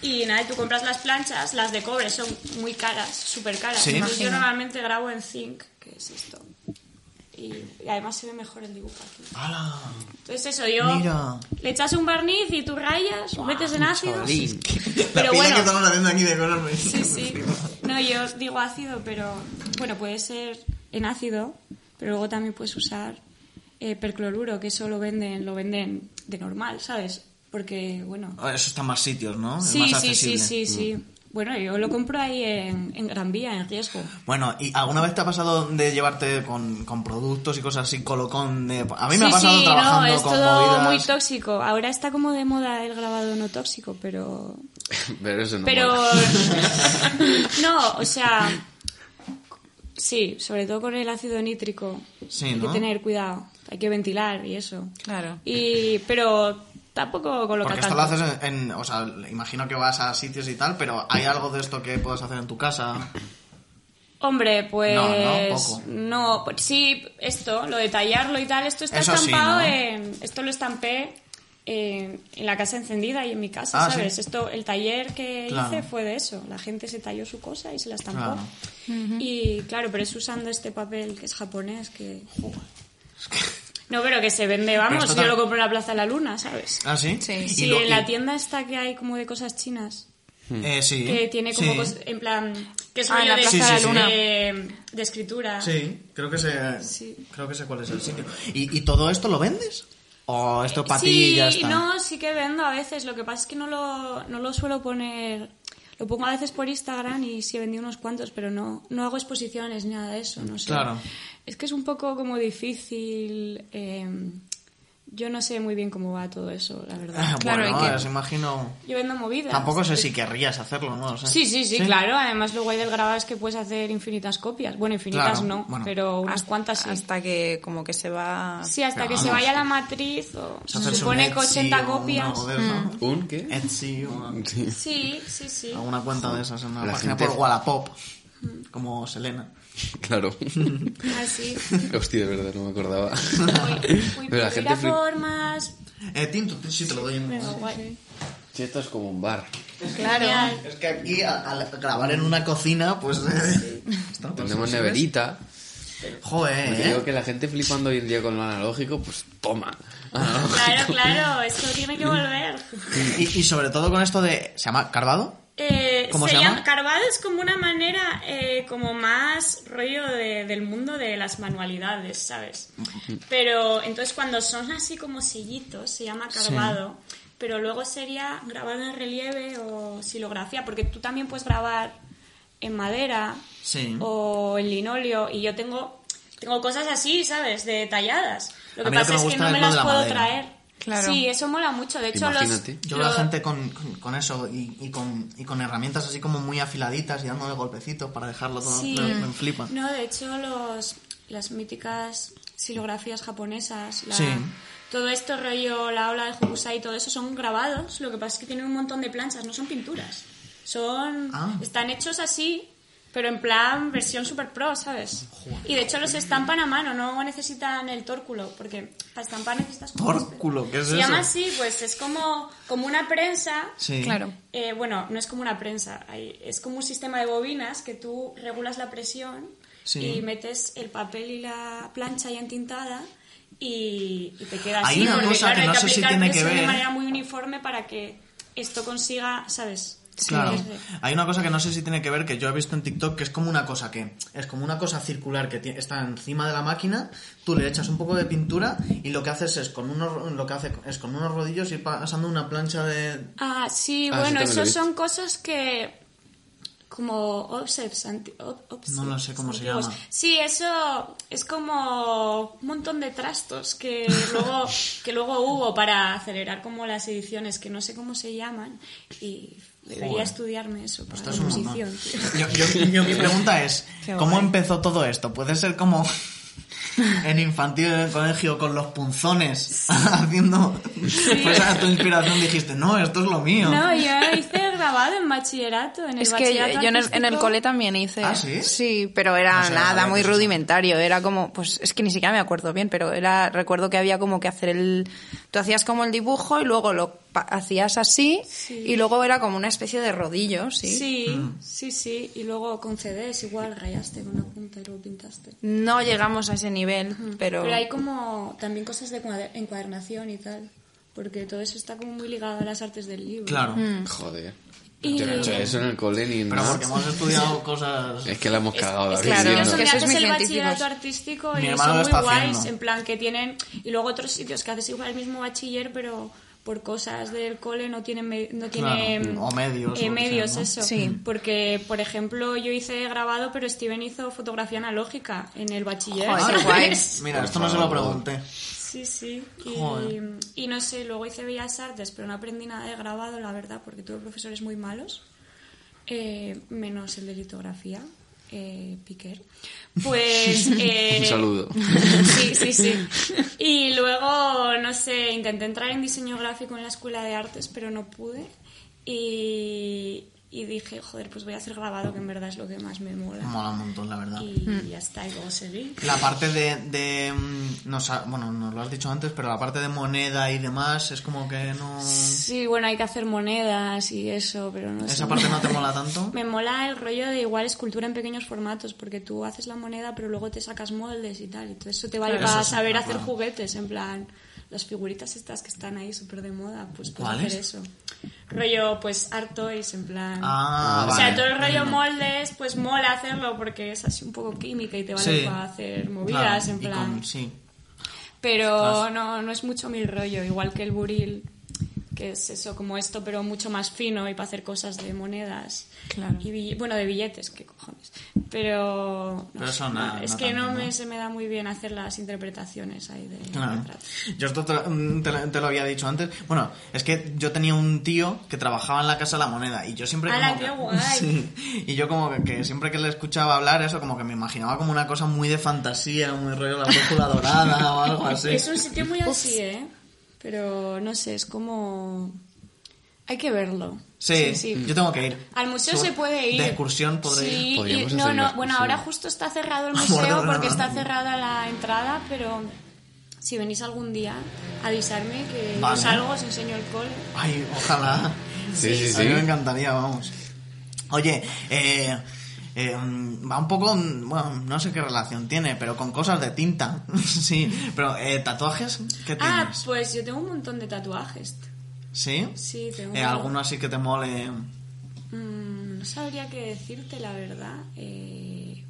[SPEAKER 4] Y nada, tú compras las planchas, las de cobre son muy caras, súper caras.
[SPEAKER 1] Sí.
[SPEAKER 4] Entonces yo
[SPEAKER 2] Imagino.
[SPEAKER 4] normalmente grabo en Zinc, que es esto. Y, y además se ve mejor el dibujo aquí.
[SPEAKER 1] ¡Hala!
[SPEAKER 4] Entonces eso, yo
[SPEAKER 1] Mira.
[SPEAKER 4] le echas un barniz y tú rayas, metes en ácido.
[SPEAKER 1] Chavalín. La pila
[SPEAKER 4] Pero bueno.
[SPEAKER 1] que estamos haciendo aquí de cosas. me-
[SPEAKER 4] Sí, sí. No, yo os digo ácido, pero bueno, puede ser en ácido, pero luego también puedes usar eh, percloruro, que eso lo venden, lo venden de normal, ¿sabes? Porque, bueno.
[SPEAKER 1] Ah, [laughs] Eso está en más sitios, ¿no? Es
[SPEAKER 4] Sí,
[SPEAKER 1] más
[SPEAKER 4] sí, sí,
[SPEAKER 1] accesible. Mm.
[SPEAKER 4] sí, sí. Bueno, yo lo compro ahí en, en Gran Vía, en Riesgo.
[SPEAKER 1] Bueno, ¿y alguna vez te ha pasado de llevarte con, con productos y cosas así, colocón? De... A mí me ha
[SPEAKER 4] sí,
[SPEAKER 1] pasado
[SPEAKER 4] sí,
[SPEAKER 1] trabajando
[SPEAKER 4] no, es
[SPEAKER 1] con
[SPEAKER 4] todo
[SPEAKER 1] movidas.
[SPEAKER 4] muy tóxico. Ahora está como de moda el grabado no tóxico, pero
[SPEAKER 1] [laughs]
[SPEAKER 3] Pero eso no
[SPEAKER 4] Pero.
[SPEAKER 2] [laughs]
[SPEAKER 3] mola.
[SPEAKER 4] [laughs] no, o sea. Sí, sobre todo con el ácido nítrico.
[SPEAKER 1] Sí,
[SPEAKER 4] hay
[SPEAKER 1] ¿no?
[SPEAKER 4] que tener cuidado. Hay que ventilar y eso.
[SPEAKER 2] Claro.
[SPEAKER 4] Y, pero tampoco coloca
[SPEAKER 1] Porque esto
[SPEAKER 4] tanto.
[SPEAKER 1] lo haces en, en- O sea, imagino que vas a sitios y tal, pero ¿hay algo de esto que puedas hacer en tu casa?
[SPEAKER 4] Hombre, pues.
[SPEAKER 1] No, no, poco.
[SPEAKER 4] no, pues sí, esto, lo de tallarlo y tal, esto está
[SPEAKER 1] Eso sí,
[SPEAKER 4] estampado
[SPEAKER 1] ¿no?
[SPEAKER 4] en. Esto lo estampé. En, en la casa encendida y en mi casa,
[SPEAKER 1] Ah, sí.
[SPEAKER 4] ¿sabes? Esto, el taller que
[SPEAKER 1] Claro.
[SPEAKER 4] hice fue de eso. La gente se talló su cosa y se la estampó.
[SPEAKER 1] Claro.
[SPEAKER 4] Y claro, pero es usando este papel que es japonés que... No, pero que se vende, vamos,
[SPEAKER 1] esto
[SPEAKER 4] yo
[SPEAKER 1] tam-
[SPEAKER 4] lo compro en la Plaza de la Luna, ¿sabes?
[SPEAKER 1] ¿Ah, sí?
[SPEAKER 2] Sí.
[SPEAKER 1] Y
[SPEAKER 4] Sí,
[SPEAKER 1] lo-
[SPEAKER 4] en
[SPEAKER 1] y-
[SPEAKER 4] la tienda esta que hay como de cosas chinas,
[SPEAKER 1] Eh, sí.
[SPEAKER 4] que tiene como
[SPEAKER 1] Sí.
[SPEAKER 4] cos- en plan... Que es
[SPEAKER 2] Ah, en
[SPEAKER 4] rollo
[SPEAKER 2] la
[SPEAKER 4] de,
[SPEAKER 1] Plaza de la
[SPEAKER 4] de-
[SPEAKER 2] Luna.
[SPEAKER 4] de, escritura.
[SPEAKER 1] Sí, creo que sé,
[SPEAKER 4] Sí.
[SPEAKER 1] creo que sé cuál es el sitio. ¿Y, y todo esto lo vendes? ¿O esto para ti y ya
[SPEAKER 4] Sí,
[SPEAKER 1] está?
[SPEAKER 4] no, sí que vendo a veces, lo que pasa es que no lo, no lo suelo poner... Lo pongo a veces por Instagram y sí he vendido unos cuantos, pero no, no hago exposiciones ni nada de eso, no sé.
[SPEAKER 1] Claro.
[SPEAKER 4] Es que es un poco como difícil. eh, yo no sé muy bien cómo va todo eso, la
[SPEAKER 1] Ah,
[SPEAKER 4] verdad.
[SPEAKER 1] [laughs]
[SPEAKER 2] Claro,
[SPEAKER 1] bueno,
[SPEAKER 2] hay que-
[SPEAKER 1] os imagino...
[SPEAKER 4] Yo vendo movidas.
[SPEAKER 1] Tampoco sé si querrías hacerlo, ¿no? Lo sé.
[SPEAKER 4] Sí, sí, sí, claro. Además, lo guay del grabado es que puedes hacer infinitas copias. Bueno, infinitas
[SPEAKER 1] Claro,
[SPEAKER 4] no,
[SPEAKER 1] bueno.
[SPEAKER 4] pero unas cuantas sí.
[SPEAKER 2] Hasta que como que se va...
[SPEAKER 4] sí, hasta
[SPEAKER 1] Pero
[SPEAKER 4] que se
[SPEAKER 1] vamos.
[SPEAKER 4] vaya la matriz o
[SPEAKER 1] O sea,
[SPEAKER 4] se
[SPEAKER 1] hacerse
[SPEAKER 4] supone
[SPEAKER 1] un
[SPEAKER 4] que
[SPEAKER 1] Etsy
[SPEAKER 4] 80
[SPEAKER 1] o una
[SPEAKER 4] copias. Mm.
[SPEAKER 1] algo de eso, ¿no?
[SPEAKER 3] ¿Un [laughs] qué?
[SPEAKER 1] Etsy o una-
[SPEAKER 4] Sí, sí, sí.
[SPEAKER 1] alguna cuenta de esas en una
[SPEAKER 3] La
[SPEAKER 1] página
[SPEAKER 3] gente-
[SPEAKER 1] por Wallapop, como Selena.
[SPEAKER 2] [laughs]
[SPEAKER 3] Claro.
[SPEAKER 4] Así.
[SPEAKER 3] [laughs] Hostia, de verdad, no me acordaba. [laughs]
[SPEAKER 4] Uy, uy,
[SPEAKER 3] Pero la
[SPEAKER 4] mira
[SPEAKER 3] gente flip-
[SPEAKER 4] formas.
[SPEAKER 1] Eh, Tinto, sí te lo doy en...
[SPEAKER 4] Pero guay.
[SPEAKER 3] Sí, esto es como un bar.
[SPEAKER 4] Genial.
[SPEAKER 1] Es que aquí, a- al grabar en una cocina, pues... [laughs] Esto, pues,
[SPEAKER 3] Tenemos
[SPEAKER 1] ¿sí ves?
[SPEAKER 3] neverita.
[SPEAKER 1] Joder,
[SPEAKER 3] Porque
[SPEAKER 1] ¿eh?
[SPEAKER 3] digo que la gente flipando hoy en día con lo analógico, pues toma.
[SPEAKER 1] Ah.
[SPEAKER 4] Claro, claro, esto tiene que volver.
[SPEAKER 1] Y, y sobre todo con esto de... ¿Se llama Carvado?
[SPEAKER 4] Eh,
[SPEAKER 1] ¿Cómo se llama?
[SPEAKER 4] Carvado es como una manera eh, como más rollo de- del mundo de las manualidades, ¿sabes? Pero entonces cuando son así como sillitos se llama carvado, pero luego sería grabado en relieve o silografía, porque tú también puedes grabar en madera
[SPEAKER 1] Sí.
[SPEAKER 4] o en linóleo y yo tengo tengo cosas así, ¿sabes? De detalladas. Lo
[SPEAKER 1] A
[SPEAKER 4] que
[SPEAKER 1] mí lo
[SPEAKER 4] pasa
[SPEAKER 1] que me
[SPEAKER 4] es que
[SPEAKER 1] gusta
[SPEAKER 4] no
[SPEAKER 1] es
[SPEAKER 4] me
[SPEAKER 1] lo
[SPEAKER 4] las
[SPEAKER 1] de la
[SPEAKER 4] puedo
[SPEAKER 1] madera.
[SPEAKER 4] traer.
[SPEAKER 2] Claro.
[SPEAKER 4] Sí, eso mola mucho. De hecho, los-
[SPEAKER 3] Imagínate.
[SPEAKER 1] Yo veo a
[SPEAKER 4] los-
[SPEAKER 1] gente con, con, con eso y, y con, y con herramientas así como muy afiladitas y dándole golpecitos para dejarlo todo.
[SPEAKER 4] Sí.
[SPEAKER 1] Me, me flipa.
[SPEAKER 4] No, de hecho, los, las míticas silografías japonesas, la-
[SPEAKER 1] Sí.
[SPEAKER 4] todo esto rollo, la ola de Hokusai y todo eso son grabados, lo que pasa es que tienen un montón de planchas, no son pinturas. Son,
[SPEAKER 1] Ah.
[SPEAKER 4] Están hechos así, pero en plan versión super pro, ¿sabes? Y de hecho los estampan a mano, no necesitan el tórculo, porque para estampar necesitas... como-
[SPEAKER 1] Tórculo, ¿qué es
[SPEAKER 4] Se
[SPEAKER 1] eso?
[SPEAKER 4] llama así, pues es como, como una prensa
[SPEAKER 1] Sí.
[SPEAKER 2] Claro.
[SPEAKER 4] eh, bueno, no es como una prensa, hay- es como un sistema de bobinas que tú regulas la presión
[SPEAKER 1] Sí.
[SPEAKER 4] y metes el papel y la plancha ya entintada y, y te queda
[SPEAKER 1] Hay
[SPEAKER 4] así.
[SPEAKER 1] una
[SPEAKER 4] porque,
[SPEAKER 1] cosa
[SPEAKER 4] claro,
[SPEAKER 1] que
[SPEAKER 4] hay
[SPEAKER 1] no sé si
[SPEAKER 4] aplicar
[SPEAKER 1] tiene que
[SPEAKER 4] presión
[SPEAKER 1] ver.
[SPEAKER 4] de manera muy uniforme para que esto consiga, ¿sabes?
[SPEAKER 1] Claro.
[SPEAKER 4] Desde-
[SPEAKER 1] Hay una cosa que no sé si tiene que ver, que yo he visto en TikTok, que es como una cosa que es como una cosa circular que tie- está encima de la máquina, tú le echas un poco de pintura y lo que haces es con unos lo que hace es con unos rodillos ir pasando una plancha de
[SPEAKER 4] Ah,
[SPEAKER 3] Ah,
[SPEAKER 4] sí,
[SPEAKER 3] sí,
[SPEAKER 4] bueno,
[SPEAKER 3] también lo he
[SPEAKER 4] esos
[SPEAKER 3] visto.
[SPEAKER 4] son cosas que como obsesivos, anti- ob-
[SPEAKER 1] No lo sé cómo se
[SPEAKER 4] obsesivos.
[SPEAKER 1] llama.
[SPEAKER 4] Sí, eso es como un montón de
[SPEAKER 1] [laughs]
[SPEAKER 4] trastos que luego, que luego hubo para acelerar como las ediciones, que no sé cómo se llaman, y debería
[SPEAKER 1] Joder.
[SPEAKER 4] estudiarme eso para
[SPEAKER 1] Esto
[SPEAKER 4] la
[SPEAKER 1] es un montón.
[SPEAKER 4] oposición, tío.
[SPEAKER 1] Yo- yo- yo- mi pregunta
[SPEAKER 4] [laughs]
[SPEAKER 1] es,
[SPEAKER 2] Qué
[SPEAKER 1] ¿cómo
[SPEAKER 2] guay.
[SPEAKER 1] empezó todo esto? ¿Puede ser como [laughs] en infantil en el colegio con los punzones [laughs] haciendo... [laughs] Pues a tu inspiración dijiste, [laughs] no, esto es lo mío.
[SPEAKER 4] No, yo hice grabado en bachillerato, en el
[SPEAKER 2] Es que yo,
[SPEAKER 4] bachillerato
[SPEAKER 2] yo en, el, en el
[SPEAKER 4] artístico.
[SPEAKER 2] cole también hice.
[SPEAKER 1] ¿Ah, sí?
[SPEAKER 2] pero era
[SPEAKER 1] No sé,
[SPEAKER 2] nada,
[SPEAKER 1] vale,
[SPEAKER 2] muy
[SPEAKER 1] pues sí.
[SPEAKER 2] rudimentario. Era como, pues es que ni siquiera me acuerdo bien, pero era recuerdo que había como que hacer el. Tú hacías como el dibujo y luego lo pa- hacías así
[SPEAKER 4] Sí.
[SPEAKER 2] y luego era como una especie de rodillo, ¿sí?
[SPEAKER 4] Sí,
[SPEAKER 1] Mm.
[SPEAKER 4] sí, sí. Y luego con CDs igual rayaste con una punta y luego pintaste.
[SPEAKER 2] No llegamos a ese nivel, pero.
[SPEAKER 4] Pero hay como también cosas de cuader- encuadernación y tal. Porque todo eso está como muy ligado a las artes del libro.
[SPEAKER 1] Claro.
[SPEAKER 3] [laughs] Joder.
[SPEAKER 4] Y-
[SPEAKER 3] Yo no he hecho eso en el cole ni en
[SPEAKER 1] Pero
[SPEAKER 3] nada.
[SPEAKER 1] porque hemos estudiado cosas...
[SPEAKER 3] Es que la hemos cagado,
[SPEAKER 4] es
[SPEAKER 3] David.
[SPEAKER 4] que
[SPEAKER 2] Claro,
[SPEAKER 4] sí,
[SPEAKER 3] yo
[SPEAKER 2] es
[SPEAKER 4] eso
[SPEAKER 3] no-
[SPEAKER 2] que
[SPEAKER 4] que haces
[SPEAKER 2] sois
[SPEAKER 4] el
[SPEAKER 2] muy
[SPEAKER 4] bachillerato
[SPEAKER 2] científicos.
[SPEAKER 4] artístico
[SPEAKER 1] Mi
[SPEAKER 4] y
[SPEAKER 1] hermano
[SPEAKER 4] son
[SPEAKER 1] lo
[SPEAKER 4] muy
[SPEAKER 1] está
[SPEAKER 4] guays,
[SPEAKER 1] haciendo.
[SPEAKER 4] en plan que tienen... Y luego otros sitios que haces igual el mismo bachiller, pero por cosas del cole no tienen... me- No
[SPEAKER 1] Claro,
[SPEAKER 4] tienen
[SPEAKER 1] o medios, o
[SPEAKER 4] eh,
[SPEAKER 1] lo que
[SPEAKER 4] medios,
[SPEAKER 1] sea, ¿no?
[SPEAKER 4] eso.
[SPEAKER 2] Sí.
[SPEAKER 4] Porque, por ejemplo, yo hice grabado, pero Steven hizo fotografía analógica en el bachiller.
[SPEAKER 2] Joder, qué
[SPEAKER 4] [laughs] ¿sabes?
[SPEAKER 2] guay.
[SPEAKER 1] Mira,
[SPEAKER 3] Por
[SPEAKER 1] esto no se lo
[SPEAKER 3] favor.
[SPEAKER 1] pregunté.
[SPEAKER 4] Sí, sí.
[SPEAKER 1] Joder.
[SPEAKER 4] Y, y no sé, luego hice Bellas Artes, pero no aprendí nada de grabado, la verdad, porque tuve profesores muy malos, eh, menos el de litografía, eh, Piquer. Pues... eh,
[SPEAKER 3] Un saludo.
[SPEAKER 4] Sí, sí, sí. Y luego, no sé, intenté entrar en diseño gráfico en la escuela de artes, pero no pude. Y, y dije, joder, pues voy a hacer grabado, que en verdad es lo que más me mola.
[SPEAKER 1] Mola un montón, la verdad.
[SPEAKER 4] Y ya está, y luego seguí.
[SPEAKER 1] La parte de... de mm, no, sa- bueno, nos lo has dicho antes, pero la parte de moneda y demás es como que no...
[SPEAKER 4] Sí, bueno, hay que hacer monedas y eso, pero no sé.
[SPEAKER 1] Esa parte
[SPEAKER 4] [laughs]
[SPEAKER 1] no te mola tanto.
[SPEAKER 4] Me mola el rollo de igual escultura en pequeños formatos, porque tú haces la moneda, pero luego te sacas moldes y tal, y todo eso te vale
[SPEAKER 1] Claro,
[SPEAKER 4] para
[SPEAKER 1] eso sí,
[SPEAKER 4] saber
[SPEAKER 1] no,
[SPEAKER 4] hacer
[SPEAKER 1] claro.
[SPEAKER 4] juguetes, en plan, las figuritas estas que están ahí súper de moda, pues puedes
[SPEAKER 1] ¿Cuáles?
[SPEAKER 4] hacer eso. Rollo, pues, art toys, en plan...
[SPEAKER 1] Ah,
[SPEAKER 4] o sea,
[SPEAKER 1] vale.
[SPEAKER 4] todo el rollo moldes, pues mola hacerlo, porque es así un poco química y te vale
[SPEAKER 1] Sí.
[SPEAKER 4] para hacer movidas,
[SPEAKER 1] Claro,
[SPEAKER 4] en
[SPEAKER 1] y
[SPEAKER 4] plan...
[SPEAKER 1] con- sí.
[SPEAKER 4] Pero
[SPEAKER 1] Ostras.
[SPEAKER 4] no, no es mucho mi rollo, igual que el buril, que es eso como esto, pero mucho más fino y para hacer cosas de monedas.
[SPEAKER 2] Claro.
[SPEAKER 4] Y bill- bueno, de billetes, qué cojones. Pero, no
[SPEAKER 1] Pero
[SPEAKER 4] sé,
[SPEAKER 1] eso no-
[SPEAKER 4] es
[SPEAKER 1] no
[SPEAKER 4] que
[SPEAKER 1] tanto,
[SPEAKER 4] no,
[SPEAKER 1] ¿no?
[SPEAKER 4] Me, se me da muy bien hacer las interpretaciones ahí de
[SPEAKER 1] Claro.
[SPEAKER 4] retratos.
[SPEAKER 1] Yo esto te, mm, te lo- te lo había dicho antes. Bueno, es que yo tenía un tío que trabajaba en la Casa de la Moneda y yo siempre...
[SPEAKER 4] ¡Hala,
[SPEAKER 1] como que-
[SPEAKER 4] qué guay!
[SPEAKER 1] [laughs] Sí. y yo como que, que siempre que le escuchaba hablar eso, como que me imaginaba como una cosa muy de fantasía, muy rollo la brújula dorada o algo
[SPEAKER 4] [laughs]
[SPEAKER 1] así.
[SPEAKER 4] Es un sitio muy así, ¿eh? Pero no sé, es como... Hay que verlo.
[SPEAKER 1] Sí, yo tengo que ir.
[SPEAKER 4] Al museo
[SPEAKER 1] Sobre-
[SPEAKER 4] se puede ir.
[SPEAKER 1] De excursión podré
[SPEAKER 4] Sí,
[SPEAKER 1] ir.
[SPEAKER 4] y-
[SPEAKER 3] Podríamos
[SPEAKER 4] no,
[SPEAKER 3] hacer una
[SPEAKER 4] no, bueno,
[SPEAKER 3] excursión.
[SPEAKER 4] ahora justo está
[SPEAKER 1] [laughs]
[SPEAKER 4] cerrado el
[SPEAKER 1] Bueno,
[SPEAKER 4] museo
[SPEAKER 1] no,
[SPEAKER 4] porque
[SPEAKER 1] no.
[SPEAKER 4] está cerrada la entrada, pero si venís algún día, avisarme que
[SPEAKER 1] Vale.
[SPEAKER 4] os salgo, os enseño el cole.
[SPEAKER 1] Ay, ojalá.
[SPEAKER 3] Sí, sí,
[SPEAKER 1] A
[SPEAKER 3] sí.
[SPEAKER 1] mí me encantaría, vamos. Oye, eh, eh, mm, va un poco, mm, bueno, no sé qué relación tiene, pero con cosas de tinta. [laughs] sí, pero eh, tatuajes, ¿qué
[SPEAKER 4] Ah,
[SPEAKER 1] tienes?
[SPEAKER 4] pues yo tengo un montón de tatuajes.
[SPEAKER 1] ¿Sí?
[SPEAKER 4] Sí, tengo.
[SPEAKER 1] Eh, ¿Alguno así que te mole?
[SPEAKER 4] Mm, no sabría qué decirte, la verdad. Eh,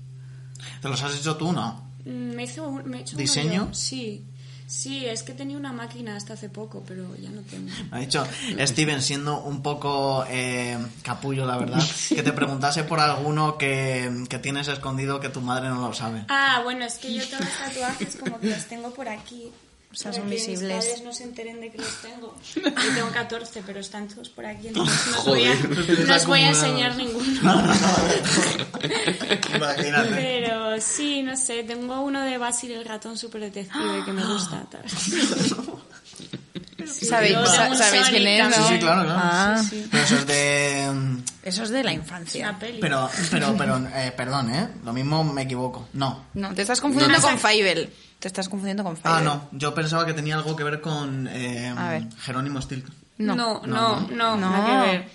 [SPEAKER 1] ¿Te los has hecho tú, no?
[SPEAKER 4] mm, me, hice un- me he hecho uno
[SPEAKER 1] ¿Diseño?
[SPEAKER 4] yo, Sí. Sí, es que tenía una máquina hasta hace poco, pero ya no tengo.
[SPEAKER 1] Me ha dicho Steven, siendo un poco eh, capullo, la verdad, que te preguntase por alguno que, que tienes escondido que tu madre no lo sabe.
[SPEAKER 4] Ah, bueno, es que yo
[SPEAKER 2] [laughs]
[SPEAKER 4] todos los tatuajes como que los tengo por aquí.
[SPEAKER 2] O sea,
[SPEAKER 4] para
[SPEAKER 2] son
[SPEAKER 4] que
[SPEAKER 2] visibles.
[SPEAKER 4] Mis padres no se enteren de que
[SPEAKER 2] [laughs]
[SPEAKER 4] los tengo. Yo tengo 14, pero están todos por aquí. Entonces no os voy a, no os voy a enseñar ninguno.
[SPEAKER 1] [laughs] Imagínate.
[SPEAKER 4] Pero sí, no sé, tengo uno de Basil el ratón super detective que me
[SPEAKER 2] [gasps]
[SPEAKER 4] gusta. tal.
[SPEAKER 2] ¿Sabéis,
[SPEAKER 4] Luego
[SPEAKER 2] sa-
[SPEAKER 4] tengo un
[SPEAKER 2] sabéis
[SPEAKER 4] Sonic
[SPEAKER 2] quién es?
[SPEAKER 4] también.
[SPEAKER 2] no?
[SPEAKER 1] Sí, sí, claro, claro.
[SPEAKER 2] Ah,
[SPEAKER 4] Sí,
[SPEAKER 1] Pero eso es de... mm,
[SPEAKER 2] Eso es de la
[SPEAKER 4] sí. Una
[SPEAKER 2] infancia.
[SPEAKER 4] peli.
[SPEAKER 1] Pero, pero, pero, eh, perdón, ¿eh? Lo mismo me equivoco. No.
[SPEAKER 2] No, te estás confundiendo
[SPEAKER 4] No, no.
[SPEAKER 2] con Fievel. Te estás confundiendo con Fievel.
[SPEAKER 1] Ah, no. Yo pensaba que tenía algo que ver con eh,
[SPEAKER 2] A ver.
[SPEAKER 1] Jerónimo Stilton.
[SPEAKER 4] no, no, no, no,
[SPEAKER 2] no.
[SPEAKER 4] nada que ver.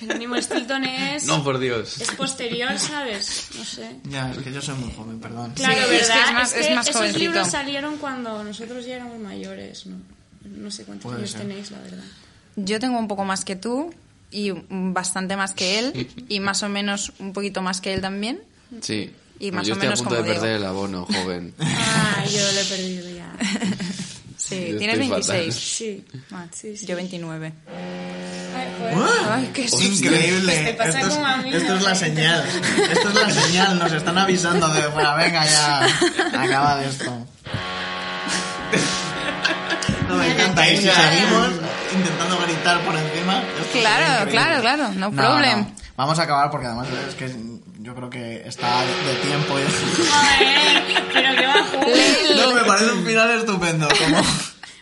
[SPEAKER 4] Jerónimo Stilton es,
[SPEAKER 3] No, por Dios.
[SPEAKER 4] es posterior, ¿sabes? No sé.
[SPEAKER 1] Ya, es que yo soy muy joven, perdón.
[SPEAKER 4] Claro,
[SPEAKER 2] Sí,
[SPEAKER 4] ¿verdad?
[SPEAKER 2] es que es más- es más
[SPEAKER 4] esos
[SPEAKER 2] jovencito.
[SPEAKER 4] libros salieron cuando nosotros ya éramos mayores, ¿no? No sé cuántos
[SPEAKER 1] Puede
[SPEAKER 4] años
[SPEAKER 1] ser.
[SPEAKER 4] tenéis,
[SPEAKER 2] [laughs]
[SPEAKER 4] la verdad.
[SPEAKER 2] Yo tengo un poco más que tú y bastante más que él
[SPEAKER 1] [laughs]
[SPEAKER 2] y más o menos un poquito más que él también.
[SPEAKER 3] Sí.
[SPEAKER 2] Y
[SPEAKER 3] No,
[SPEAKER 2] más
[SPEAKER 3] yo
[SPEAKER 2] o
[SPEAKER 3] estoy
[SPEAKER 2] menos
[SPEAKER 3] a punto de
[SPEAKER 2] como
[SPEAKER 3] perder
[SPEAKER 2] Diego.
[SPEAKER 3] el abono, joven.
[SPEAKER 4] Ah, yo lo he perdido ya.
[SPEAKER 2] Sí,
[SPEAKER 3] Yo
[SPEAKER 2] tienes
[SPEAKER 3] estoy fatal.
[SPEAKER 2] 26.
[SPEAKER 4] Sí.
[SPEAKER 2] Ah,
[SPEAKER 4] Sí, sí.
[SPEAKER 2] Yo 29.
[SPEAKER 4] Ay, pues.
[SPEAKER 1] ¡Ah!
[SPEAKER 2] Ay, qué
[SPEAKER 1] Es
[SPEAKER 2] susto.
[SPEAKER 1] increíble.
[SPEAKER 4] Te pasa
[SPEAKER 1] Esto es,
[SPEAKER 4] como a mí,
[SPEAKER 1] esto
[SPEAKER 4] ¿no?
[SPEAKER 1] es la señal. Esto es la señal. Nos están avisando de fuera. Venga ya. Acaba de esto. No, me encanta. Y si
[SPEAKER 3] Venga.
[SPEAKER 1] seguimos intentando gritar por encima. esto sería
[SPEAKER 2] Claro,
[SPEAKER 1] increíble.
[SPEAKER 2] claro, claro, no problem.
[SPEAKER 1] Vamos a acabar porque además es que yo creo que está de tiempo. y-
[SPEAKER 4] Joder, pero qué bajo.
[SPEAKER 2] [laughs]
[SPEAKER 1] No, me parece un final estupendo. Como...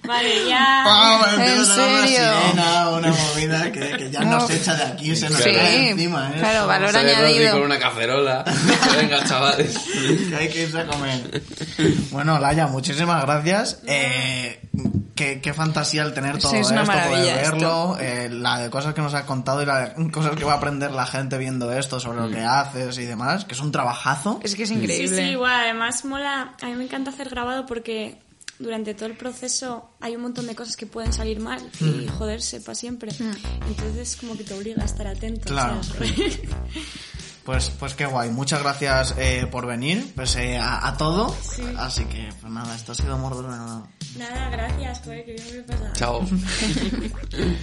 [SPEAKER 4] Vale, ya.
[SPEAKER 1] Vamos, empieza
[SPEAKER 2] ¿En
[SPEAKER 1] una
[SPEAKER 2] serio?
[SPEAKER 1] sirena, una movida que, que ya nos
[SPEAKER 2] No.
[SPEAKER 1] echa de aquí, se nos
[SPEAKER 3] Sí,
[SPEAKER 1] cae encima. ¿eh?
[SPEAKER 2] claro, valor
[SPEAKER 3] Sale Rodri
[SPEAKER 2] añadido.
[SPEAKER 3] con una cacerola. [laughs] Venga, chavales.
[SPEAKER 1] Que [laughs] hay que irse a comer. Bueno, Laia, muchísimas gracias. Eh, qué, qué fantasía el tener
[SPEAKER 2] Sí,
[SPEAKER 1] todo
[SPEAKER 2] es una
[SPEAKER 1] esto, poder
[SPEAKER 2] maravilla
[SPEAKER 1] verlo, eh, la de cosas que nos has contado y la de cosas que va a aprender la gente viendo esto sobre lo que haces y demás, que es un trabajazo.
[SPEAKER 2] Es que es
[SPEAKER 4] Sí,
[SPEAKER 2] increíble.
[SPEAKER 4] sí, guau, además mola. A mí me encanta hacer grabado porque durante todo el proceso hay un montón de cosas que pueden salir mal
[SPEAKER 1] Mm.
[SPEAKER 4] y joderse para siempre.
[SPEAKER 2] Mm.
[SPEAKER 4] Entonces, como que te obliga a estar atento.
[SPEAKER 1] Claro.
[SPEAKER 4] ¿sabes? [laughs]
[SPEAKER 1] Pues, pues qué guay, muchas gracias eh, por venir, pues eh, a, a todo.
[SPEAKER 4] Sí.
[SPEAKER 1] Así que, pues nada, esto ha sido Mordor de Nada.
[SPEAKER 4] Nada, gracias, joder, que bien me he pasado.
[SPEAKER 3] Chao.